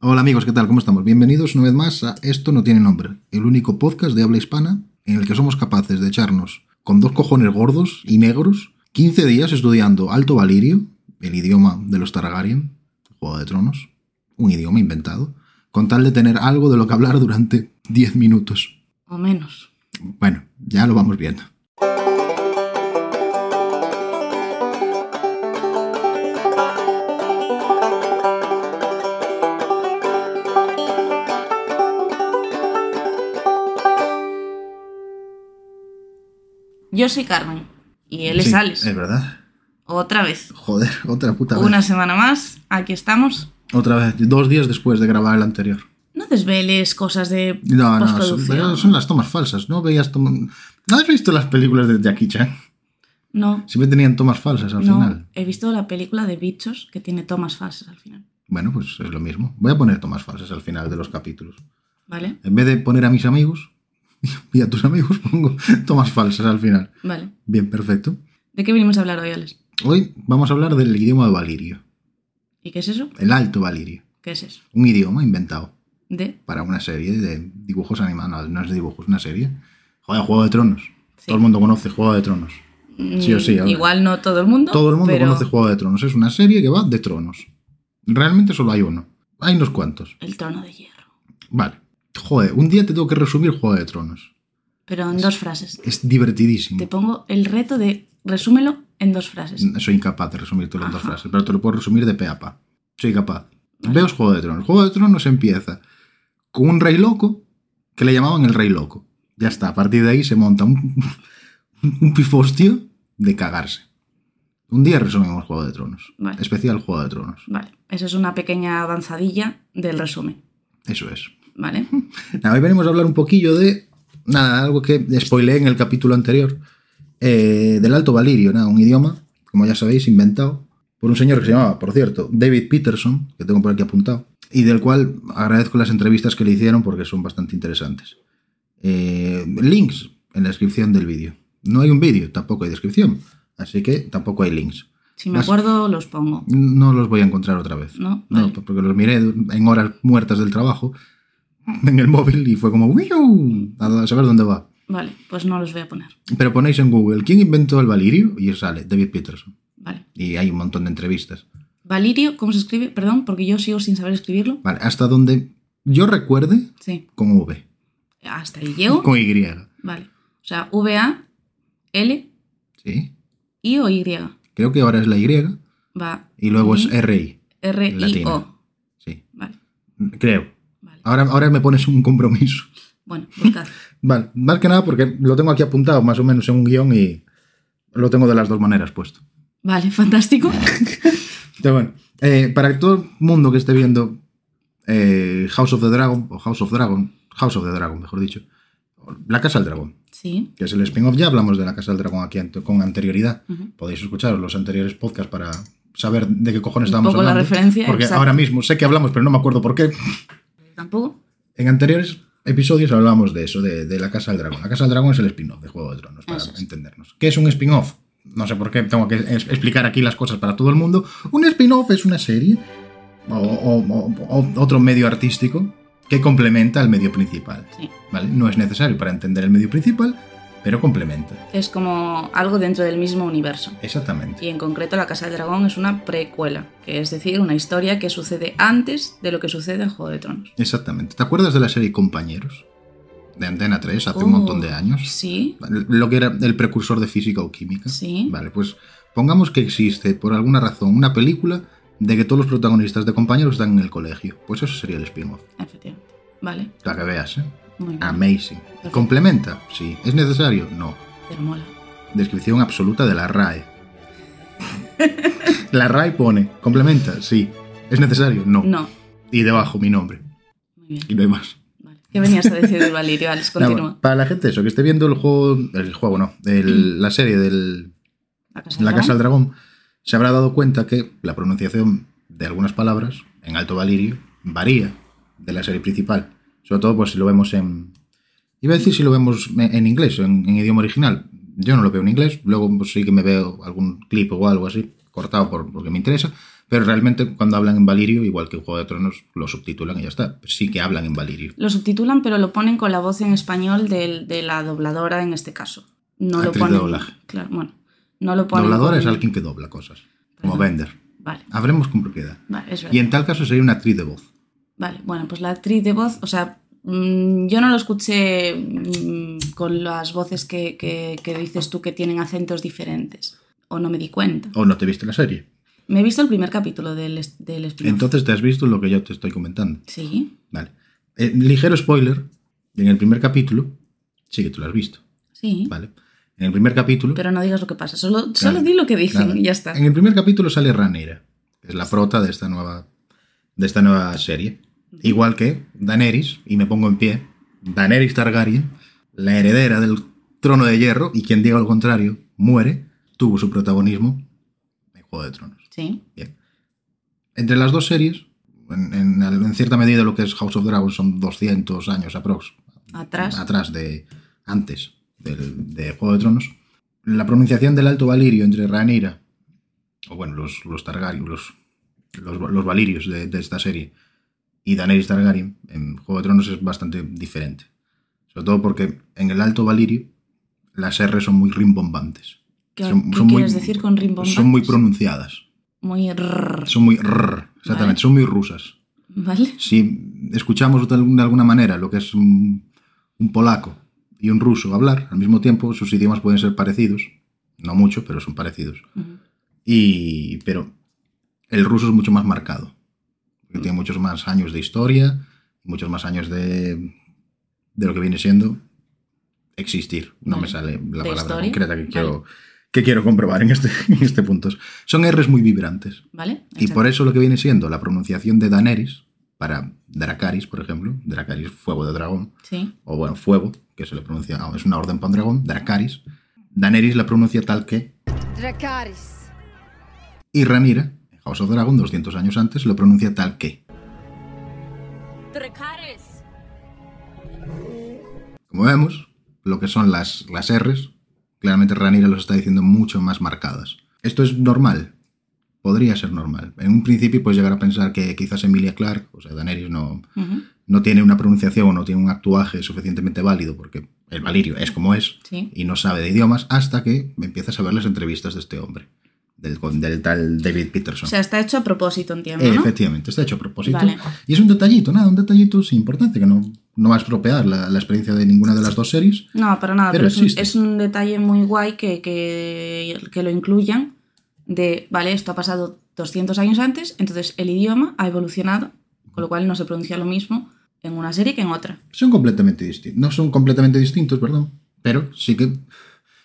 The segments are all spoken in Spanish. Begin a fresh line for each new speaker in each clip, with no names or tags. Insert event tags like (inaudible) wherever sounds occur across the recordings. Hola amigos, ¿qué tal? ¿Cómo estamos? Bienvenidos una vez más a Esto no tiene nombre, el único podcast de habla hispana en el que somos capaces de echarnos con dos cojones gordos y negros 15 días estudiando Alto Valirio, el idioma de los Targaryen, Juego de Tronos, un idioma inventado, con tal de tener algo de lo que hablar durante 10 minutos.
O menos.
Bueno, ya lo vamos viendo.
Yo soy Carmen. Y él
Sí,
es Alex.
Es verdad.
Otra vez.
Joder, otra puta vez.
Una semana más. Aquí estamos.
Otra vez, dos días después de grabar el anterior.
No desveles cosas de
No, no, son,
postproducción.
pero son las tomas falsas. No veías tom- ¿No has visto las películas de Jackie Chan?
No,
Siempre tenían tomas falsas al
no.
final.
He visto la película de bichos que tiene tomas falsas al final.
Bueno, pues es lo mismo. Voy a poner tomas falsas al final de los capítulos.
¿Vale?
En vez de poner a mis amigos (laughs) y a tus amigos, (laughs) pongo tomas falsas al final.
Vale.
Bien, perfecto.
¿De qué venimos a hablar hoy, Alex?
Hoy vamos a hablar del idioma de Valirio,
¿Y qué es eso?
el alto Valirio.
¿Qué es eso?
Un idioma inventado
De.
para una serie de dibujos animados. No, no es de dibujos, una serie. Joder, Juego de Tronos.
Sí.
Todo el mundo conoce Juego de Tronos. Sí o sí,
Mm,
ahora.
Igual no todo el mundo.
Todo el mundo
pero
conoce Juego de Tronos. Es una serie que va de tronos. Realmente solo hay uno. Hay unos cuantos.
El trono de hierro.
Vale. Joder, un día te tengo que resumir Juego de Tronos.
Pero en dos frases.
Es divertidísimo.
Te pongo el reto de resúmelo en dos frases.
Soy incapaz de resumírtelo en dos
Ajá.
frases, pero te lo puedo resumir de pe a pa. Soy capaz. Veos Juego de Tronos. Juego de Tronos empieza con un rey loco que le llamaban el rey loco. Ya está, a partir de ahí se monta un, (laughs) un pifostio de cagarse. Un día resumimos Juego de Tronos.
Vale.
Especial Juego de Tronos.
Vale. Eso es una pequeña avanzadilla del resumen.
Eso es.
¿Vale?
Nada, hoy venimos a hablar un poquillo de nada, algo que spoileé en el capítulo anterior, eh, del Alto Valirio, nada, un idioma, como ya sabéis, inventado por un señor que se llamaba, por cierto, David Peterson, que tengo por aquí apuntado, y del cual agradezco las entrevistas que le hicieron porque son bastante interesantes. Eh, links en la descripción del vídeo. No hay un vídeo, tampoco hay descripción, así que tampoco hay links.
Si me
Vas-
acuerdo, los pongo.
No los voy a encontrar otra vez.
¿No?
No,
Vale.
porque los miré en horas muertas del trabajo (laughs) en el móvil y fue como "Wiu", a saber dónde va.
Vale, pues no los voy a poner.
Pero ponéis en Google ¿quién inventó el valirio? y os sale David Peterson.
Vale.
Y hay un montón de entrevistas.
Valirio, ¿cómo se escribe? Perdón, porque yo sigo sin saber escribirlo.
Vale, hasta donde yo recuerde
Sí.
con V,
Hasta ahí llego.
con Y.
Vale. O sea, V-A, L,
Sí.
I o Y.
Creo que ahora es la Y
Va
y luego es
Y.
RI.
R, I,
Latina.
O.
Sí,
Vale,
creo.
vale.
Ahora, ahora me pones un compromiso.
Bueno, (laughs) buscad.
Vale, más que nada porque lo tengo aquí apuntado más o menos en un guión y lo tengo de las dos maneras puesto.
Vale, (laughs) fantástico.
Pero bueno, eh, para todo el mundo que esté viendo eh, House of the Dragon, o House of Dragon, House of the Dragon, mejor dicho, o La Casa del Dragón,
Sí.
que es el spin-off, ya hablamos de La Casa del Dragón aquí ante- con anterioridad.
Ujú.
Podéis escuchar los anteriores podcasts para saber de qué cojones estábamos
poco la
hablando.
referencia,
porque
exacto.
ahora mismo sé que hablamos, pero no me acuerdo por qué.
Tampoco.
En anteriores episodios hablábamos de eso, de, de La Casa del Dragón. La Casa del Dragón es el spin-off de Juego de Tronos, para
Eso es.
entendernos. ¿Qué es un spin-off? No sé por qué tengo que es- explicar aquí las cosas para todo el mundo. Un spin-off es una serie o, o- o- o otro medio artístico que complementa al medio principal.
Sí.
¿vale? No es necesario para entender el medio principal, pero complementa.
Es como algo dentro del mismo universo.
Exactamente.
Y en concreto, La Casa del Dragón es una precuela, que es decir, una historia que sucede antes de lo que sucede en Juego de Tronos.
Exactamente. ¿Te acuerdas de la serie Compañeros? De Antena 3, hace
Oh,
un montón de años.
Sí,
Lo que era el precursor de física o química.
sí.
Vale, pues pongamos que existe por alguna razón una película de que todos los protagonistas de compañeros están en el colegio. Pues eso sería el spin-off.
Efectivamente. Vale,
Para que veas, ¿eh?
muy bien.
Amazing. ¿Complementa? Sí. ¿Es necesario? No.
Pero mola.
Descripción absoluta de la
(laughs)
RAE. la RAE pone, ¿complementa? Sí. ¿Es necesario? No.
No.
Y debajo mi nombre.
Muy bien.
Y no hay más.
Vale. ¿Qué venías a decir del Valirio, Alex?
Nada,
Continúa.
bueno, para la gente eso, que esté viendo el juego, el juego no, el- la serie del,
La casa. del
la
dragón.
Casa del Dragón, se habrá dado cuenta que la pronunciación de algunas palabras en Alto Valirio varía de la serie principal. Sobre todo pues si lo vemos en... Iba a decir si lo vemos en en inglés, en, en idioma original. Yo no lo veo en inglés, luego pues, sí que me veo algún clip o algo así, cortado por, porque me interesa, Pero realmente cuando hablan en Valirio, igual que en Juego de Tronos, lo subtitulan y ya está. Sí que hablan en Valirio.
Lo subtitulan, pero lo ponen con la voz en español del- de la dobladora en este caso. No lo
Actriz de
ponen.
doblaje.
Claro, bueno. No lo ponen.
Doblador
con-
es alguien que dobla cosas, como
Ajá.
Bender.
Vale,
Hablemos con propiedad.
vale, es verdad.
Y en tal caso sería una actriz de voz.
Vale, bueno, pues la actriz de voz, o sea, mm, yo no lo escuché mm, con las voces que, que- que dices tú que tienen acentos diferentes. O no me di cuenta.
O no te viste la serie.
Me he visto el primer capítulo del, es- del spin-off.
Entonces te has visto lo que yo te estoy comentando.
Sí,
Vale. Eh, ligero spoiler. En el primer capítulo, sí que tú lo has visto.
sí.
Vale. En el primer capítulo.
Pero no digas lo que pasa, solo, solo
Claro,
di lo que dicen
nada.
y ya está.
En el primer capítulo sale Ranera, que es la prota de esta nueva, de esta nueva serie. Igual que Daenerys, y me pongo en pie, Daenerys Targaryen, la heredera del trono de hierro, y quien diga lo contrario, muere, tuvo su protagonismo en Juego de Tronos.
Sí,
Bien. Entre las dos series, en, en- en cierta medida lo que es House of Dragons son 200 años aprox.
Atrás.
Ah, de, antes del, de Juego de Tronos. La pronunciación del alto valirio entre Rhaenyra, o bueno, los, los Targaryen, los, los, los valirios de, de esta serie, y Daenerys Targaryen en Juego de Tronos es bastante diferente. Sobre todo porque en el alto valirio las R son muy rimbombantes.
¿Qué,
Son-
qué
son muy-
quieres decir con rimbombante?
Son muy pronunciadas.
Muy rrr,
Son muy rrr, exactamente,
Vale.
son muy rusas.
¿vale?
Si escuchamos de algún- de alguna manera lo que es un, un polaco y un ruso hablar, al mismo tiempo sus idiomas pueden ser parecidos, no mucho, pero son parecidos.
Ujú.
Y, pero el ruso es mucho más marcado, porque tiene muchos más años de historia, muchos más años de, de lo que viene siendo existir. No
Vale.
me sale la
¿De
palabra
historia?
concreta que
Vale.
quiero, que quiero comprobar en este, (laughs) en este punto. Son R's muy vibrantes.
¿Vale?
Y por e- eso lo que viene siendo la pronunciación de Daenerys para Dracaris, por ejemplo, Dracaris fuego de dragón,
Sí,
o bueno, fuego, que se le pronuncia, ah, es una orden para un dragón, Dracaris. Daenerys la pronuncia tal que,
Dracaris.
y Ranira, en House of Dragon, 200 años antes, lo pronuncia tal que.
Dracaris.
Como vemos, lo que son las, las R's, claramente Ranira los está diciendo mucho más marcadas. Esto es normal, podría ser normal. En un principio puedes llegar a pensar que quizás Emilia Clark, o sea, Daenerys no,
ujú,
no tiene una pronunciación o no tiene un actuaje suficientemente válido, porque el valirio es como es
sí.
y no sabe de idiomas, hasta que empiezas a ver las entrevistas de este hombre, del, del tal David
O
Peterson.
sea, está hecho a propósito, entiendo,
Eh,
¿no?
Efectivamente, está hecho a propósito.
Vale.
Y es un detallito, nada, un detallito sin importancia, que no, no va a estropear la, la experiencia de ninguna de las dos series.
No, para nada,
Pero
pero, es, un,
existe.
es un detalle muy guay que, que, que lo incluyan de, vale, esto ha pasado 200 años antes, entonces el idioma ha evolucionado, con lo cual no se pronuncia lo mismo en una serie que en otra.
Son completamente distintos, no son completamente distintos, perdón, pero sí que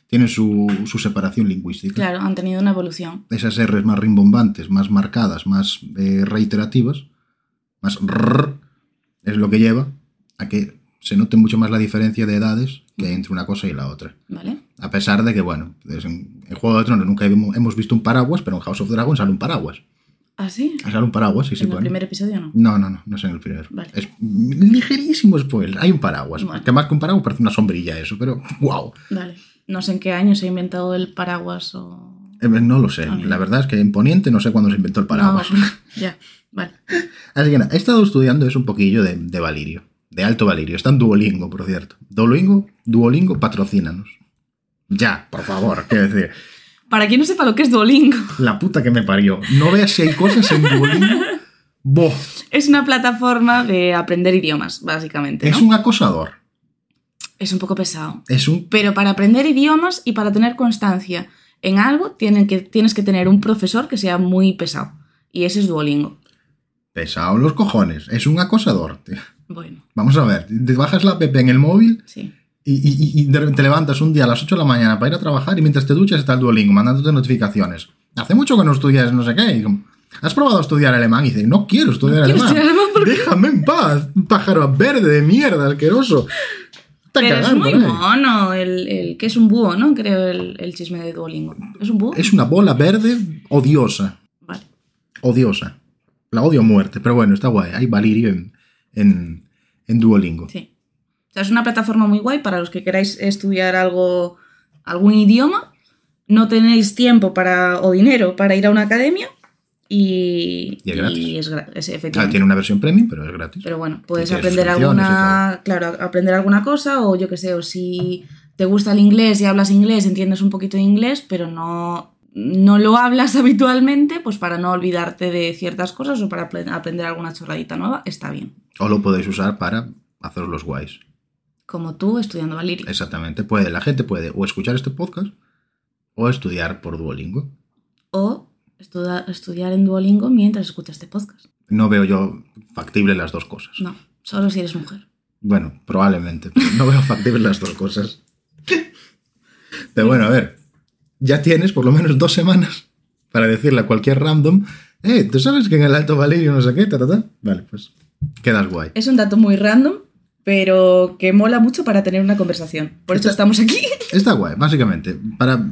tienen su, su separación lingüística.
Claro, han tenido una evolución.
esas R's más rimbombantes, más marcadas, más eh, reiterativas, más rrr, es lo que lleva a que se note mucho más la diferencia de edades que hay entre una cosa y la otra.
¿Vale?
A pesar de que, bueno, es en, en Juego de Tronos nunca hemos, hemos visto un paraguas, pero en House of Dragons sale un paraguas.
¿Ah, sí?
Sale un paraguas, sí, sí,
en el
bueno.
primer episodio no.
No, no, no, no es en el primero.
Vale.
Es un ligerísimo spoiler. Hay un paraguas.
Bueno.
Que más que un paraguas parece una sombrilla eso, pero wow.
Vale. No sé en qué año se ha inventado el paraguas o...
Eh, No lo sé.
Ah, mira.
La verdad es que en Poniente no sé cuándo se inventó el
(laughs)
paraguas.
No, ya, vale.
Así que nada, he estado estudiando eso un poquillo de, de Valirio, de Alto Valirio. Está en Duolingo, por cierto. Duolingo, Duolingo, patrocínanos. Ya, por favor, (laughs) quiero decir,
Para quien no sepa lo que es Duolingo, (laughs)
la puta que me parió. No veas si hay cosas en Duolingo. Boh,
es una plataforma de aprender idiomas, básicamente, ¿no?
es un acosador.
es un poco pesado.
Es un.
Pero para aprender idiomas y para tener constancia en algo, tienen que, tienes que tener un profesor que sea muy pesado. Y ese es Duolingo.
Pesado los cojones. Es un acosador. tío.
Bueno,
Vamos a ver, te bajas la app en el móvil
sí.
y, y- y- y de repente te levantas un día a las 8 de la mañana para ir a trabajar y mientras te duchas está el Duolingo mandándote notificaciones. Hace mucho que no estudias no sé qué. Y como, ¿Has probado a estudiar alemán? Y dices, no quiero estudiar
quiero
alemán.
estudiar alemán porque-
Déjame en paz, un pájaro verde de mierda, asqueroso. Está
Pero es
cagando,
muy
¿eh?
mono, el, el- que es un búho, ¿no? Creo el, el chisme de Duolingo. ¿Es un búho?
Es una bola verde odiosa.
Vale.
Odiosa. La odio a muerte, pero bueno, está guay. Hay Valirio en, en, en Duolingo.
Sí. O sea, es una plataforma muy guay para los que queráis estudiar algo, algún idioma, no tenéis tiempo para o dinero para ir a una academia Y,
Y es gratis.
es gra- es-
Ah,
efectivamente.
tiene una versión premium, pero es gratis.
Pero bueno, puedes
tiene sus
aprender
funciones y
alguna, claro, a- aprender alguna cosa o yo qué sé, o si te gusta el inglés y hablas inglés, entiendes un poquito de inglés, pero no no lo hablas (laughs) habitualmente, pues para no olvidarte de ciertas cosas o para apre- aprender alguna chorradita nueva, está bien.
O lo podéis usar para haceros los guays.
Como tú estudiando Valirio.
Exactamente. Puede, la gente puede o escuchar este podcast o estudiar por Duolingo.
O estuda- estudiar en Duolingo mientras escuchas este podcast.
No veo yo factible las dos cosas.
No, solo si eres mujer.
Bueno, probablemente, pero no veo factible las dos cosas. Pero bueno, a ver, ya tienes por lo menos dos semanas para decirle a cualquier random, eh, ¿tú sabes que en el Alto Valirio no sé qué, ta, ta, ta? Vale, pues quedas guay.
Es un dato muy random, pero que mola mucho para tener una conversación. Por eso
Está-
estamos aquí. (laughs)
Está guay, básicamente, para,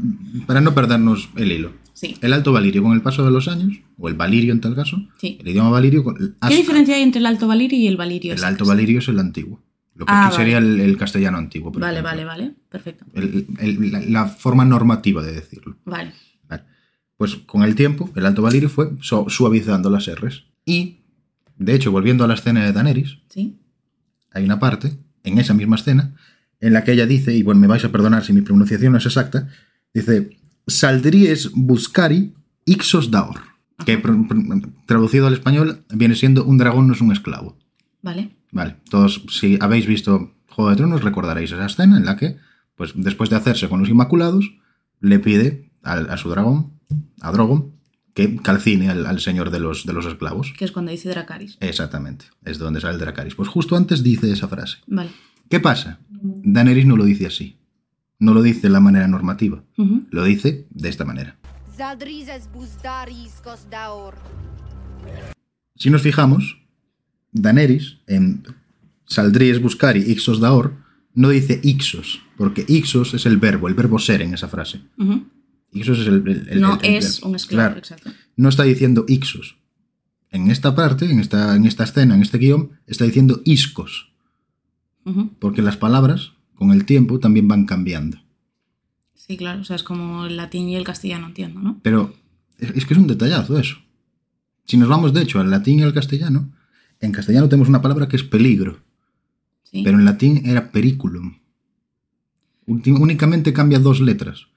para no perdernos el hilo.
Sí.
El Alto Valirio con el paso de los años, o el Valirio en tal caso,
Sí.
el idioma Valirio... Con, el-
¿Qué diferencia hay entre el Alto Valirio y el
Ah,
Valirio?
El
Sacas?
Alto Valirio es el antiguo, lo que
Ah,
aquí sería el, el castellano antiguo. por
Vale,
ejemplo.
vale, vale. Perfecto.
El- el- la- la forma normativa de decirlo.
Vale.
Vale. Pues con el tiempo, el Alto Valirio fue su- suavizando las R's. Y, de hecho, volviendo a la escena de Daenerys,
Sí.
hay una parte, en esa misma escena, en la que ella dice, y bueno, me vais a perdonar si mi pronunciación no es exacta, dice, saldríes buscari ixos daor. Que pr- pr- traducido al español viene siendo un dragón no es un esclavo.
Vale.
Vale, todos, si habéis visto Juego de Tronos, recordaréis esa escena en la que, pues después de hacerse con los Inmaculados, le pide al- a su dragón, a Drogon, que calcine al, al señor de los, de los esclavos.
Que es cuando dice Dracaris.
Exactamente, es de donde sale el Dracaris. Pues justo antes dice esa frase.
Vale.
¿Qué pasa? Daenerys no lo dice así. No lo dice de la manera normativa.
Ujú.
Lo dice de esta manera.
Zadrizes buzdariscos daor.
Si nos fijamos, Daenerys en Saldríes buscari Ixos daor no dice Ixos, porque Ixos es el verbo, el verbo ser en esa frase.
Ujú.
Ixos es el, el- el-
no
el- el
es
verbo.
un esclavo,
Claro,
exacto.
no está diciendo Ixos. En esta parte, en esta, en esta escena, en este guión, está diciendo Iscos,
Ujú.
porque las palabras con el tiempo también van cambiando.
Sí, claro. O sea, es como el latín y el castellano, entiendo, ¿no?
Pero es, es que es un detallazo eso. Si nos vamos, de hecho, al latín y al castellano, en castellano tenemos una palabra que es peligro.
Sí.
Pero en latín era periculum. Ulti- Únicamente cambia dos letras.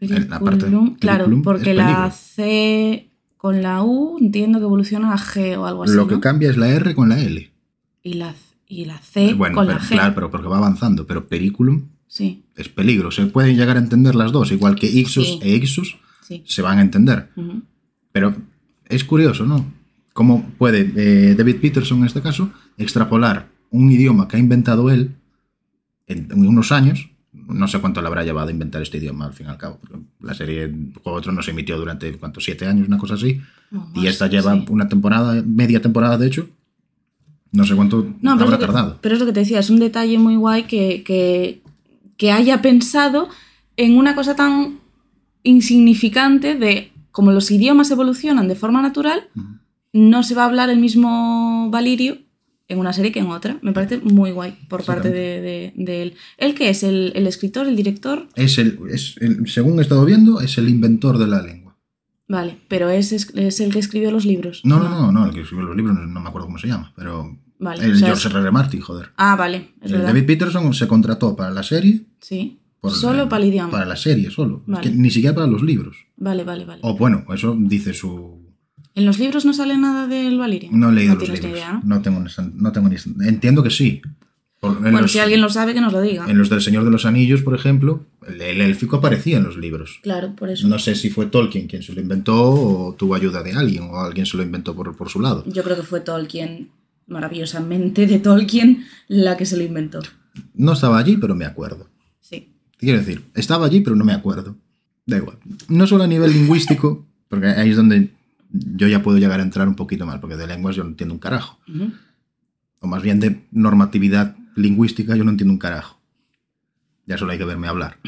en la parte-
Periculum, claro,
periculum
porque
es
la
peligro.
C con la U entiendo que evoluciona a G o algo así.
Lo que
Pues ¿no?
cambia es la R con la L.
y, la, y la C
Eh, bueno,
E con
pero-
la G.
claro, pero porque va avanzando. Pero periculum
Sí,
es peligro. Se pueden llegar a entender las dos, igual que ixus
Sí.
e ixus
sí.
se van a entender.
Ujú.
Pero es curioso, ¿no? Cómo puede eh, David Peterson, en este caso, extrapolar un idioma que ha inventado él en, en unos años. No sé cuánto le habrá llevado a inventar este idioma, al fin y al cabo. Porque la serie Juego de Tronos se emitió durante, ¿cuántos? Siete años, una cosa así.
Bueno,
Y esta
sí.
lleva una temporada, media temporada, de hecho. No sé cuánto
No, pero,
habrá
es lo que-
tardado.
pero es lo que te decía, es un detalle muy guay que, que- que haya pensado en una cosa tan insignificante de como los idiomas evolucionan de forma natural,
Ujú.
no se va a hablar el mismo Valirio en una serie que en otra. Me parece muy guay por parte de, de- de él. ¿Él qué es? ¿El, el escritor? ¿El director?
Es el, es el- según he estado viendo, es el inventor de la lengua.
Vale, pero es, es, es el que escribió los libros.
No, no, no, no, el que escribió los libros, no, no me acuerdo cómo se llama, pero.
Ah. Vale,
el
o sea,
George
es-
R. R. Martin, joder.
Ah, vale, es
El
verdad.
David Peterson se contrató para la serie.
Sí.
por-
Solo para el idioma.
Para la serie, solo. Es
Vale.
que ni siquiera para los libros.
Vale, vale, vale.
O bueno, eso dice su.
¿En los libros no sale nada del Valirio?
No he leído los
tienes
libros.
ni idea, ¿no?
no tengo ni. No tengo ni entiendo que sí. Por- en
Bueno,
los-
si alguien lo sabe, que nos lo diga.
En los del Señor de los Anillos, por ejemplo, el, el élfico aparecía en los libros.
Claro, por eso.
No sé si fue Tolkien quien se lo inventó o tuvo ayuda de alguien o alguien se lo inventó por, por su lado.
Yo creo que fue Tolkien, maravillosamente de Tolkien, la que se lo inventó.
No estaba allí, pero me acuerdo.
Sí.
Quiero decir, estaba allí, pero no me acuerdo. Da igual. No solo a nivel lingüístico, porque ahí es donde yo ya puedo llegar a entrar un poquito más, porque de lenguas yo no entiendo un carajo.
Ujú.
O más bien de normatividad lingüística yo no entiendo un carajo. Ya solo hay que verme hablar.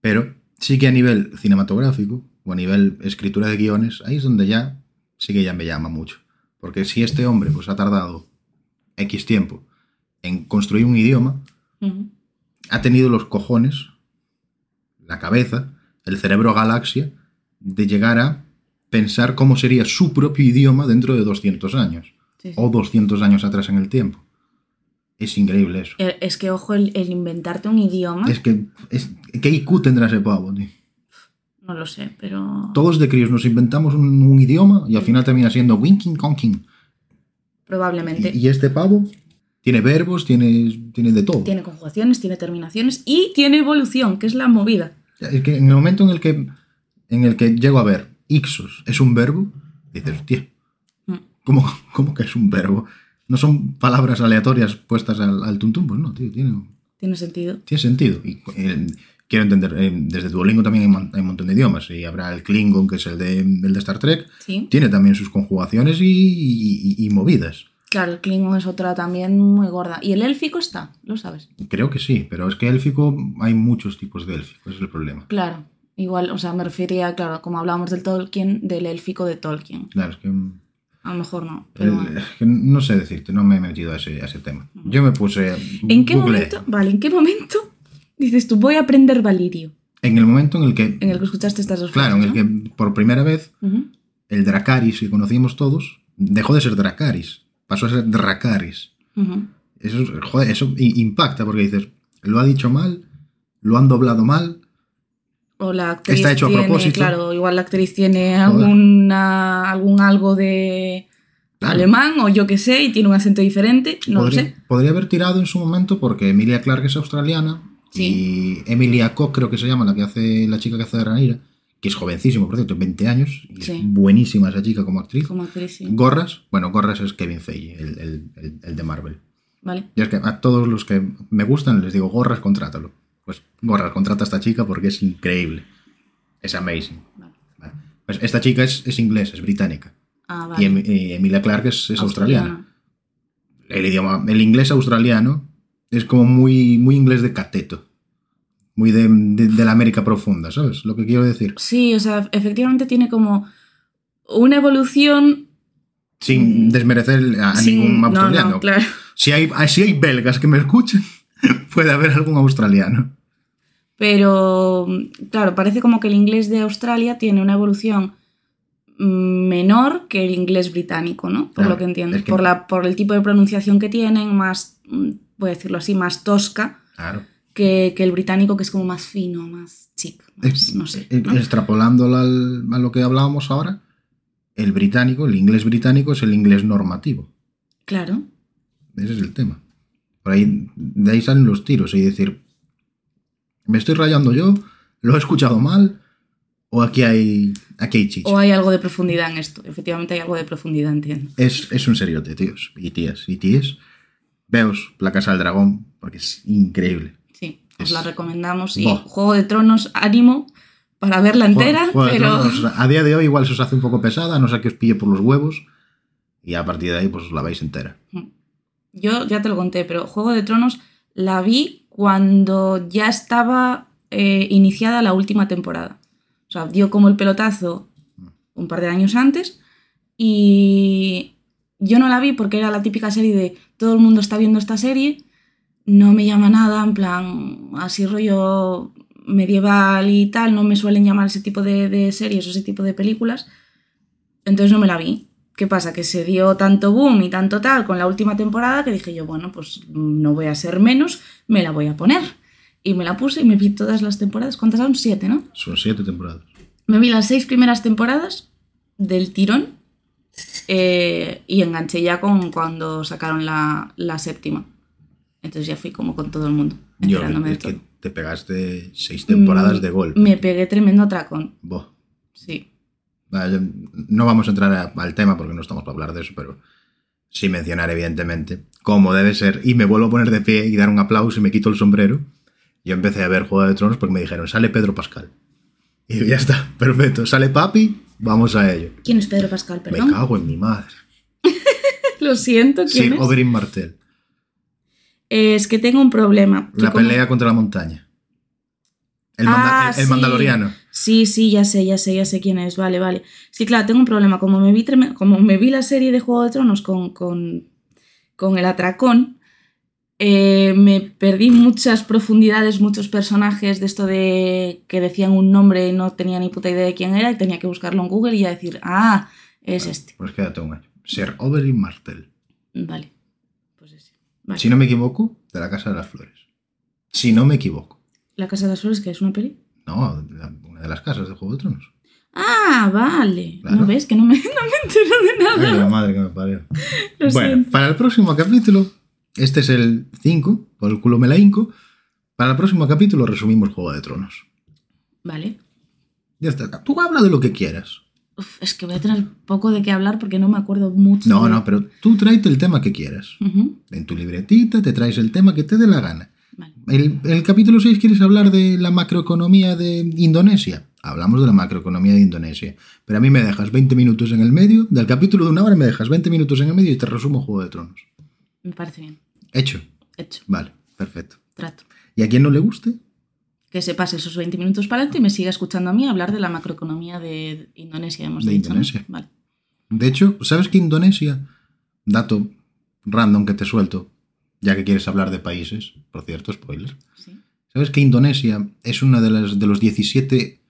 Pero sí que a nivel cinematográfico o a nivel escritura de guiones, ahí es donde ya sí que ya me llama mucho. Porque si este hombre pues ha tardado X tiempo en construir un idioma,
Ujú.
ha tenido los cojones, la cabeza, el cerebro galaxia, de llegar a pensar cómo sería su propio idioma dentro de 200 años
Sí, sí.
o 200 años atrás en el tiempo. Es increíble eso.
Eh, Es que, ojo, el, el inventarte un idioma,
Es que, es, ¿qué IQ tendrá ese pavo? tío?
no lo sé, pero
Todos de críos nos inventamos un, un idioma y al final termina siendo winking conking.
probablemente.
Y, y este pavo tiene verbos, tiene, tiene de todo.
Tiene conjugaciones, tiene terminaciones y tiene evolución, que es la movida.
Es que en el momento en el que, en el que llego a ver ixos es un verbo, dices, hostia,
Mm.
¿cómo, cómo que es un verbo? No son palabras aleatorias puestas al, al tuntum, pues no, tío, tiene,
Tiene sentido.
tiene sentido. Y, eh, quiero entender, eh, desde Duolingo también hay, mon- hay un montón de idiomas, y habrá el Klingon, que es el de, el de Star Trek,
Sí.
tiene también sus conjugaciones y, y- y- y movidas.
Claro, el Klingon es otra también muy gorda. Y el élfico está, lo sabes.
Creo que sí, pero es que élfico hay muchos tipos de élfico, ese es el problema.
Claro, igual, o sea, me refería, claro, como hablábamos del Tolkien, del élfico de Tolkien.
Claro, es que... mm,
A lo mejor no, pero
El- eh,
bueno.
es que no sé decirte, no me he metido a ese, a ese tema. Yo me puse.
¿En qué
googleé.
momento? Vale, ¿en qué momento dices tú voy a aprender Valirio?
En el momento en el que.
En el que escuchaste estas dos
claro, en
frases,
el que por primera vez
¿no? Ujú.
el Dracaris que conocíamos todos dejó de ser Dracaris, pasó a ser Dracaris.
Ujú.
Eso, es- joder, eso i- impacta porque dices, lo ha dicho mal, lo han doblado mal.
O la actriz
Está hecho a
tiene,
propósito.
Claro, igual la actriz tiene alguna, algún algo de
Claro.
alemán o yo qué sé y tiene un acento diferente, no
podría,
lo sé.
podría haber tirado en su momento porque Emilia Clarke es australiana
Sí.
y Emilia Koch creo que se llama la que hace la chica que hace de Ranira, que es jovencísima, por cierto, 20 años, y
Sí.
es buenísima esa chica como actriz.
Como actriz, sí.
Gorras, bueno, Gorras es Kevin Feige, el, el- el- el de Marvel.
Vale.
Yo es que a todos los que me gustan les digo, Gorras, contrátalo. Pues Gorras, contrata a esta chica porque es increíble. Es amazing.
Vale.
Vale. Pues esta chica es, es inglesa, es británica.
Ah,
Y
vale.
Em- eh, Emilia Clarke es, es australiana. El idioma, el inglés australiano es como muy, muy inglés de cateto. Muy de, de- de la América profunda, ¿sabes? Lo que quiero decir.
Sí, o sea, efectivamente tiene como una evolución
Sin
Mm.
desmerecer a, a
sin-
Ah, ningún
no, no,
australiano.
claro.
Si hay, ah, si hay belgas que me escuchan, (laughs) puede haber algún australiano.
Pero, claro, parece como que el inglés de Australia tiene una evolución mm, menor que el inglés británico, ¿no? Por
Claro,
lo que entiendo.
es que-
Por, la, por el tipo de pronunciación que tienen, más, mm, voy a decirlo así, más tosca
Claro.
que, que el británico, que es como más fino, más chic, más- Pues, no sé. ¿no?
e-, Extrapolándola al- a lo que hablábamos ahora, el británico, el inglés británico es el inglés normativo.
Claro,
Ese es el tema. Por ahí, de ahí salen los tiros y decir, ¿me estoy rayando yo? ¿Lo he escuchado mal? ¿O aquí hay, aquí hay chicha?
o hay algo de profundidad en esto. Efectivamente hay algo de profundidad, entiendo.
Es, es un seriote, tíos y tías y tíes. Veos La Casa del Dragón, porque es increíble.
Sí,
Es-
os la recomendamos. Y
Buah.
Juego de Tronos, ánimo para verla entera,
Juego- Juego de
pero...
Tronos, a día de hoy igual se os hace un poco pesada, a no sé que os pille por los huevos y a partir de ahí pues os la vais entera.
Yo ya te lo conté, pero Juego de Tronos la vi cuando ya estaba eh, iniciada la última temporada. O sea, dio como el pelotazo un par de años antes y yo no la vi porque era la típica serie de todo el mundo está viendo esta serie, no me llama nada, en plan, así rollo medieval y tal, no me suelen llamar ese tipo de, de series o ese tipo de películas, entonces no me la vi. ¿Qué pasa? Que se dio tanto boom y tanto tal con la última temporada que dije yo, bueno, pues mm, no voy a ser menos, me la voy a poner. Y me la puse y me vi todas las temporadas. ¿Cuántas son? Siete, ¿no?
Son siete temporadas.
Me vi las seis primeras temporadas del tirón eh, y enganché ya con cuando sacaron la, la séptima. Entonces ya fui como con todo el mundo,
Yo
enterándome de
es que
todo. Mm,
te pegaste seis temporadas de golpe.
Me pegué tremendo atracón,
Buah.
sí.
Vale, No vamos a entrar a- al tema porque no estamos para hablar de eso, pero sí mencionar evidentemente cómo debe ser. Y me vuelvo a poner de pie y dar un aplauso y me quito el sombrero. Yo empecé a ver Juego de Tronos porque me dijeron, sale Pedro Pascal. Y yo, ya está, perfecto, sale papi, vamos a ello.
¿Quién es Pedro Pascal, perdón?
Me cago en mi madre.
(laughs) Lo siento, ¿quién
Sir
es?
Oberyn Martell.
Es que tengo un problema. que
La
como-
pelea contra la montaña. El,
Ah,
manda- el- el
sí.
mandaloriano.
Sí, sí, ya sé, ya sé, ya sé quién es. Vale, vale. Sí, claro, tengo un problema. Como me vi, treme- como me vi la serie de Juego de Tronos con, con, con el atracón, Eh, me perdí muchas profundidades, muchos personajes de esto de que decían un nombre y no tenía ni puta idea de quién era y tenía que buscarlo en Google y ya decir, ah, es este.
Pues quédate un año. Ser Oberyn Martel.
Vale. Pues ese. Vale.
Si no me equivoco, de la Casa de las Flores. Si no me equivoco.
La Casa de las Flores, que es una peli.
No, la- una de las casas de Juego de
(laughs)
Tronos.
Ah, vale. ¿No
Claro.
ves? Que no me, (laughs) no me entero de
Ay,
nada.
la madre que me parió.
Lo
bueno,
siento.
para el próximo capítulo, este es el 5, por el culo me la hinco. Para el próximo capítulo resumimos Juego de Tronos.
Vale.
Ya está. Tú habla de lo que quieras.
Uf, es que voy a tener poco de qué hablar porque no me acuerdo mucho.
No, no, pero tú tráete el tema que quieras.
(laughs) Ujú,
En tu libretita te traes el tema que te dé la gana.
Vale.
El, el capítulo 6 quieres hablar de la macroeconomía de Indonesia. Hablamos de la macroeconomía de Indonesia. Pero a mí me dejas 20 minutos en el medio. Del capítulo de una hora me dejas 20 minutos en el medio y te resumo Juego de Tronos.
Me parece bien.
Hecho.
Hecho.
Vale, perfecto.
Trato.
¿Y a quien no le guste?
Que se pase esos 20 minutos para adelante y me siga escuchando a mí hablar de la macroeconomía de Indonesia, hemos
De
dicho. ¿no?
Indonesia.
Vale.
De hecho, ¿sabes que Indonesia? Dato random que te suelto, ya que quieres hablar de países, por cierto, spoiler.
Sí.
¿Sabes que Indonesia es una de las de los 17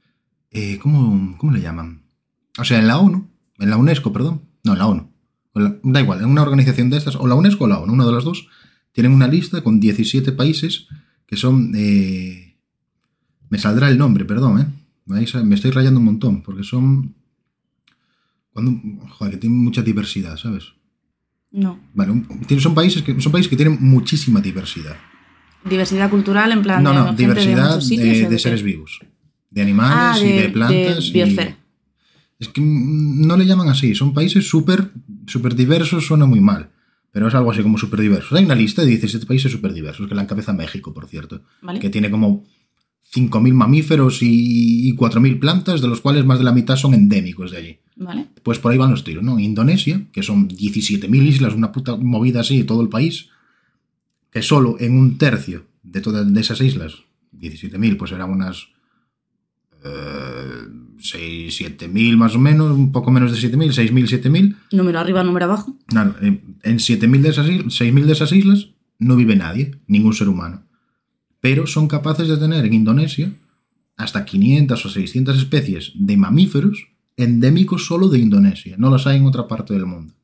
eh, ¿cómo, cómo le llaman? O sea, en la ONU, en la UNESCO, perdón. No, en la ONU. O la- da igual, en una organización de estas, o la UNESCO o la ONU, una de las dos, tienen una lista con 17 países que son. eh, me saldrá el nombre, perdón, ¿eh? Me vais a- Me estoy rayando un montón, porque son. Cuando, joder, que tienen mucha diversidad, ¿sabes?
No.
Vale, un- tienen- son, países que, son países que tienen muchísima diversidad.
Diversidad cultural, en plan.
No,
Ah, de
no,
gente de
diversidad
muchos sitios,
eh,
¿o
de,
de qué?
seres vivos. De animales
Ah,
y
de-
de plantas.
de
y-
biosfera.
Es que mm, no le llaman así. Son países súper super diversos, suena muy mal. Pero es algo así como súper diversos. Hay una lista de 17 países súper diversos, que la encabeza México, por cierto.
Vale.
Que tiene como 5.000 mamíferos y, y 4.000 plantas, de los cuales más de la mitad son endémicos de allí.
Vale.
Pues por ahí van los tiros, ¿no? Indonesia, que son 17.000 islas, una puta movida así, todo el país, que solo en un tercio de todas de esas islas, 17.000, pues eran unas eh, 6, 7.000 más o menos, un poco menos de 7.000, 6.000, 7.000.
Número arriba, número abajo.
Claro, en, en 7.000 de esas islas, 6.000 de esas islas no vive nadie, ningún ser humano. Pero son capaces de tener en Indonesia hasta 500 o 600 especies de mamíferos endémicos solo de Indonesia. No las hay en otra parte del mundo.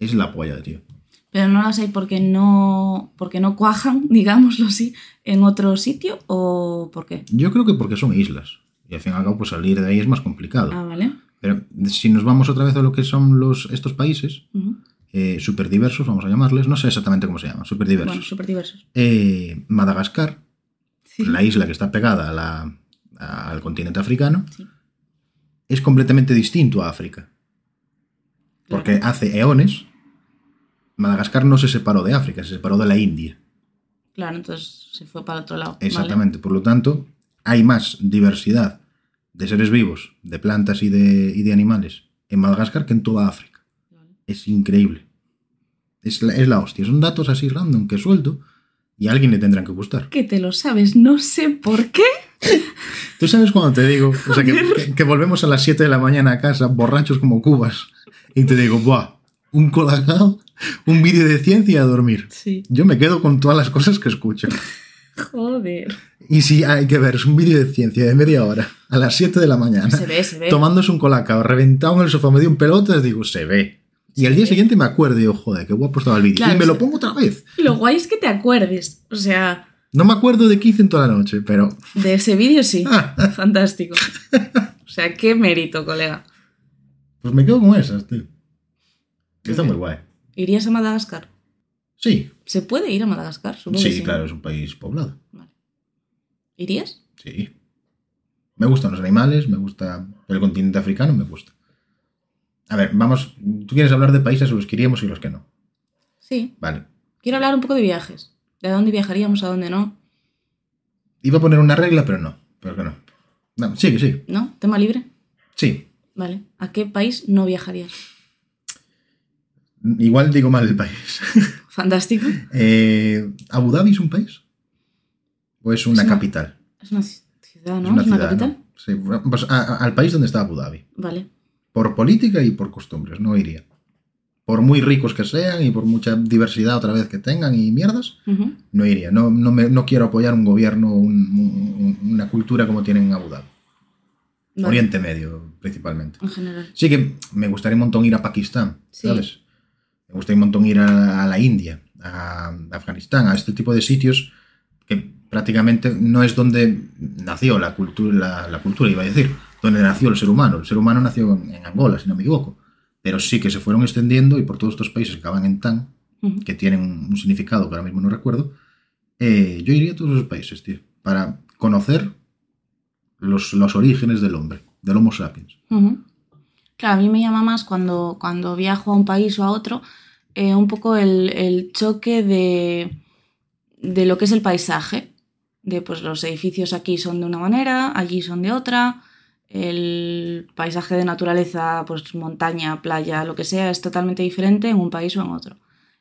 Es la polla, tío.
Pero no las hay porque no, porque no cuajan, (laughs) digámoslo así, en otro sitio o por qué.
Yo creo que porque son islas. Y al fin y al cabo, pues salir de ahí es más complicado.
Ah, vale.
Pero si nos vamos otra vez a lo que son los, estos países,
Ujú.
eh, superdiversos, vamos a llamarles, no sé exactamente cómo se llaman, superdiversos.
Bueno, súper diversos.
Eh, Madagascar,
Sí.
la isla que está pegada a la- a- al continente africano,
Sí.
es completamente distinto a África. Porque hace eones, Madagascar no se separó de África, se separó de la India.
Claro, entonces se fue para otro lado. Vale.
Exactamente. Por lo tanto, hay más diversidad de seres vivos, de plantas y de, y de animales en Madagascar que en toda África. Es increíble. Es la, es la hostia. Son datos así random que suelto y a alguien le tendrán que gustar.
Que te lo sabes, no sé por qué.
¿Tú sabes cuando te digo? O
(laughs)
sea, que, que- que volvemos a las 7 de la mañana a casa, borrachos como cubas, y te digo, ¡buah! Un colacao, un vídeo de ciencia y a dormir.
Sí.
Yo me quedo con todas las cosas que escucho. (laughs)
Joder.
Y si hay que ver, es un vídeo de ciencia de media hora, a las 7 de la mañana,
Se ve, se ve.
tomándose un colacao, reventado en el sofá, medio en pelotas, digo, se ve. Y al día siguiente me acuerdo y digo, joder, qué guapo estaba el vídeo.
Claro,
y me
sí.
lo pongo otra vez.
Lo guay es que te acuerdes. O sea,
No me acuerdo de qué hice en toda la noche, pero ah,
de ese vídeo sí. Fantástico.
(laughs)
O sea, qué mérito, colega.
pues me quedo con esas, tío. Está muy guay.
¿Irías a Madagascar?
Sí,
¿Se puede ir a Madagascar? Supongo que
Sí, claro, es un país poblado.
¿Irías?
Sí. Me gustan los animales, me gusta el continente africano, me gusta. A ver, vamos, tú quieres hablar de países a los que iríamos y los que no.
Sí.
Vale.
Quiero hablar un poco de viajes. ¿De dónde viajaríamos, a dónde no?
Iba a poner una regla, pero no. Pero que no. no sí, que sí.
¿No? ¿Tema libre?
Sí.
Vale. ¿A qué país no viajarías?
Igual digo mal el país. (laughs)
Fantástico.
Eh, ¿Abu Dhabi es un país? ¿O es una
Es una-
capital?
Es una ci- ciudad, ¿no?
es una ciudad.
capital.
¿no? Sí, bueno, pues a- a- al país donde está Abu Dhabi.
Vale.
Por política y por costumbres, no iría. por muy ricos que sean y por mucha diversidad otra vez que tengan y mierdas,
Ujú.
no iría. No, no, me- no quiero apoyar un gobierno, un- un- una cultura como tienen en Abu Dhabi.
Vale,
Oriente Medio, principalmente.
En general.
Sí que me gustaría un montón ir a Pakistán,
Sí.
¿sabes? Me gustaría un montón ir a, a la India, a Afganistán, a este tipo de sitios que prácticamente no es donde nació la cultura, la, la cultura, iba a decir, donde nació el ser humano. El ser humano nació en, en Angola, si no me equivoco. Pero sí que se fueron extendiendo y por todos estos países que acaban en tan,
Ujú.
que tienen un, un significado que ahora mismo no recuerdo, eh, yo iría a todos esos países, tío, para conocer los, los orígenes del hombre, del Homo sapiens.
Ujú. Claro, a mí me llama más cuando, cuando viajo a un país o a otro, eh, un poco el, el choque de, de lo que es el paisaje. De pues los edificios aquí son de una manera, allí son de otra. El paisaje de naturaleza, pues montaña, playa, lo que sea, es totalmente diferente en un país o en otro.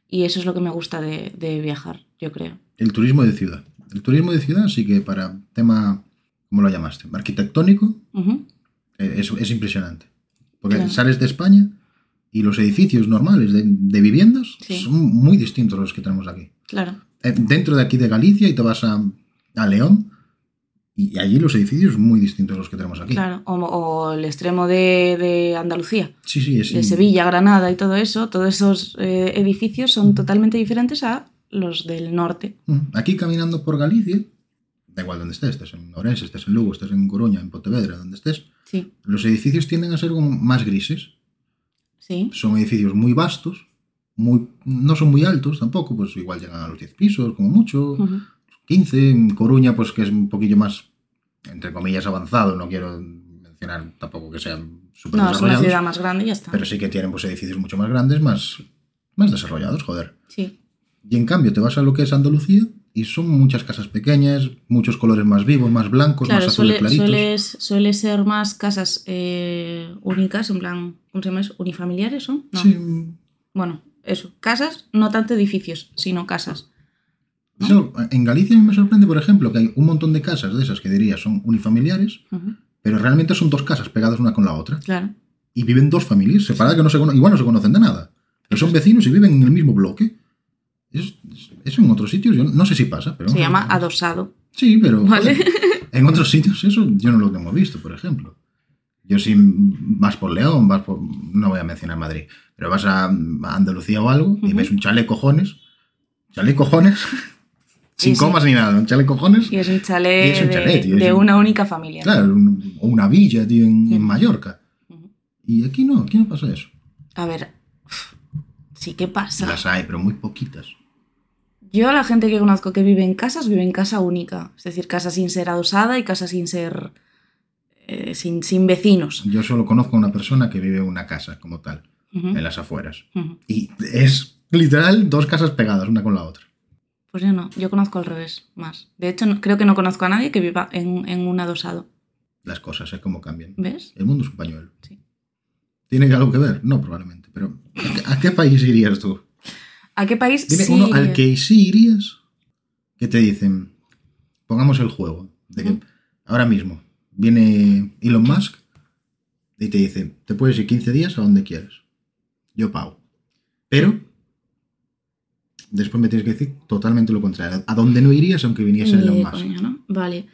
Y eso es lo que me gusta de, de viajar, yo creo.
El turismo de ciudad. El turismo de ciudad sí que para tema, ¿cómo lo llamaste? Arquitectónico,
Ujú.
eh, es, es impresionante. Porque
Claro.
sales de España y los edificios normales de, de viviendas
Sí.
son muy distintos a los que tenemos aquí.
Claro.
Eh, dentro de aquí de Galicia y te vas a, a León y, y allí los edificios muy distintos a los que tenemos aquí.
Claro, o, o el extremo de, de Andalucía,
Sí, sí, es
de Sevilla, Granada y todo eso, todos esos eh, edificios son totalmente diferentes a los del norte.
Mm, Aquí caminando por Galicia, da igual donde estés, estés en Orense, estés en Lugo, estés en Coruña, en Pontevedra, donde estés,
Sí,
los edificios tienden a ser como más grises.
sí,
Son edificios muy vastos, muy, no son muy altos tampoco, pues igual llegan a los 10 pisos, como mucho,
ujú,
15. En Coruña, pues que es un poquillo más, entre comillas, avanzado, no quiero mencionar tampoco que sean súper
No, es una
desarrollados,
ciudad más grande y ya está.
pero sí que tienen pues, edificios mucho más grandes, más, más desarrollados, joder.
Sí,
Y en cambio te vas a lo que es Andalucía y son muchas casas pequeñas, muchos colores más vivos, más blancos,
claro,
pues más azules
suele,
claritos.
suele, suele ser más casas eh, únicas, en plan, ¿cómo se llama eso? ¿Unifamiliares son? No.
Sí,
Bueno, eso, casas, no tanto edificios, sino casas.
eso, en Galicia a mí me sorprende, por ejemplo, que hay un montón de casas de esas que diría son unifamiliares,
Ujú,
pero realmente son dos casas pegadas una con la otra
Claro,
y viven dos familias separadas que no se cono- igual no se conocen de nada, pero son vecinos y viven en el mismo bloque. Es- es- Eso en otros sitios, yo no sé si pasa, pero...
se llama adosado.
Sí, pero
(laughs) Vale.
joder, en otros sitios eso yo no lo tengo visto, por ejemplo. Yo si vas por León, vas por, no voy a mencionar Madrid, pero vas a, a Andalucía o algo y
Ujú.
ves un chale cojones, chale cojones, (laughs) sin
sí.
comas ni nada, un chale cojones,
Y es un chalet,
Y es un chalet,
de,
tío, es
de
un-
una única familia.
claro, un- o una villa tío, en, en
Ujú.
Mallorca.
Ujú.
Y aquí no, aquí no pasa eso.
A ver, sí que pasa.
Las hay, pero muy poquitas.
Yo a la gente que conozco que vive en casas, vive en casa única. Es decir, casa sin ser adosada y casa sin ser... eh, sin, sin vecinos.
Yo solo conozco a una persona que vive en una casa como tal,
Ujú,
en las afueras.
ujú.
Y es literal dos casas pegadas una con la otra.
Pues yo no, yo conozco al revés más. De hecho, no- creo que no conozco a nadie que viva en, en un adosado.
Las cosas, es como cambian.
¿Ves?
El mundo es un pañuelo.
Sí.
¿Tiene algo que ver? No, probablemente. Pero ¿a qué, a qué país irías tú?
¿A qué país?
Dime
sí
uno al
iría?
que sí irías que te dicen, pongamos el juego, de que
Ujú.
ahora mismo viene Elon Musk y te dice, te puedes ir 15 días a donde quieras. Yo pago. Pero después me tienes que decir totalmente lo contrario. ¿A dónde no irías aunque viniese
Ni
Elon
de
Musk?
coña, ¿no? Vale.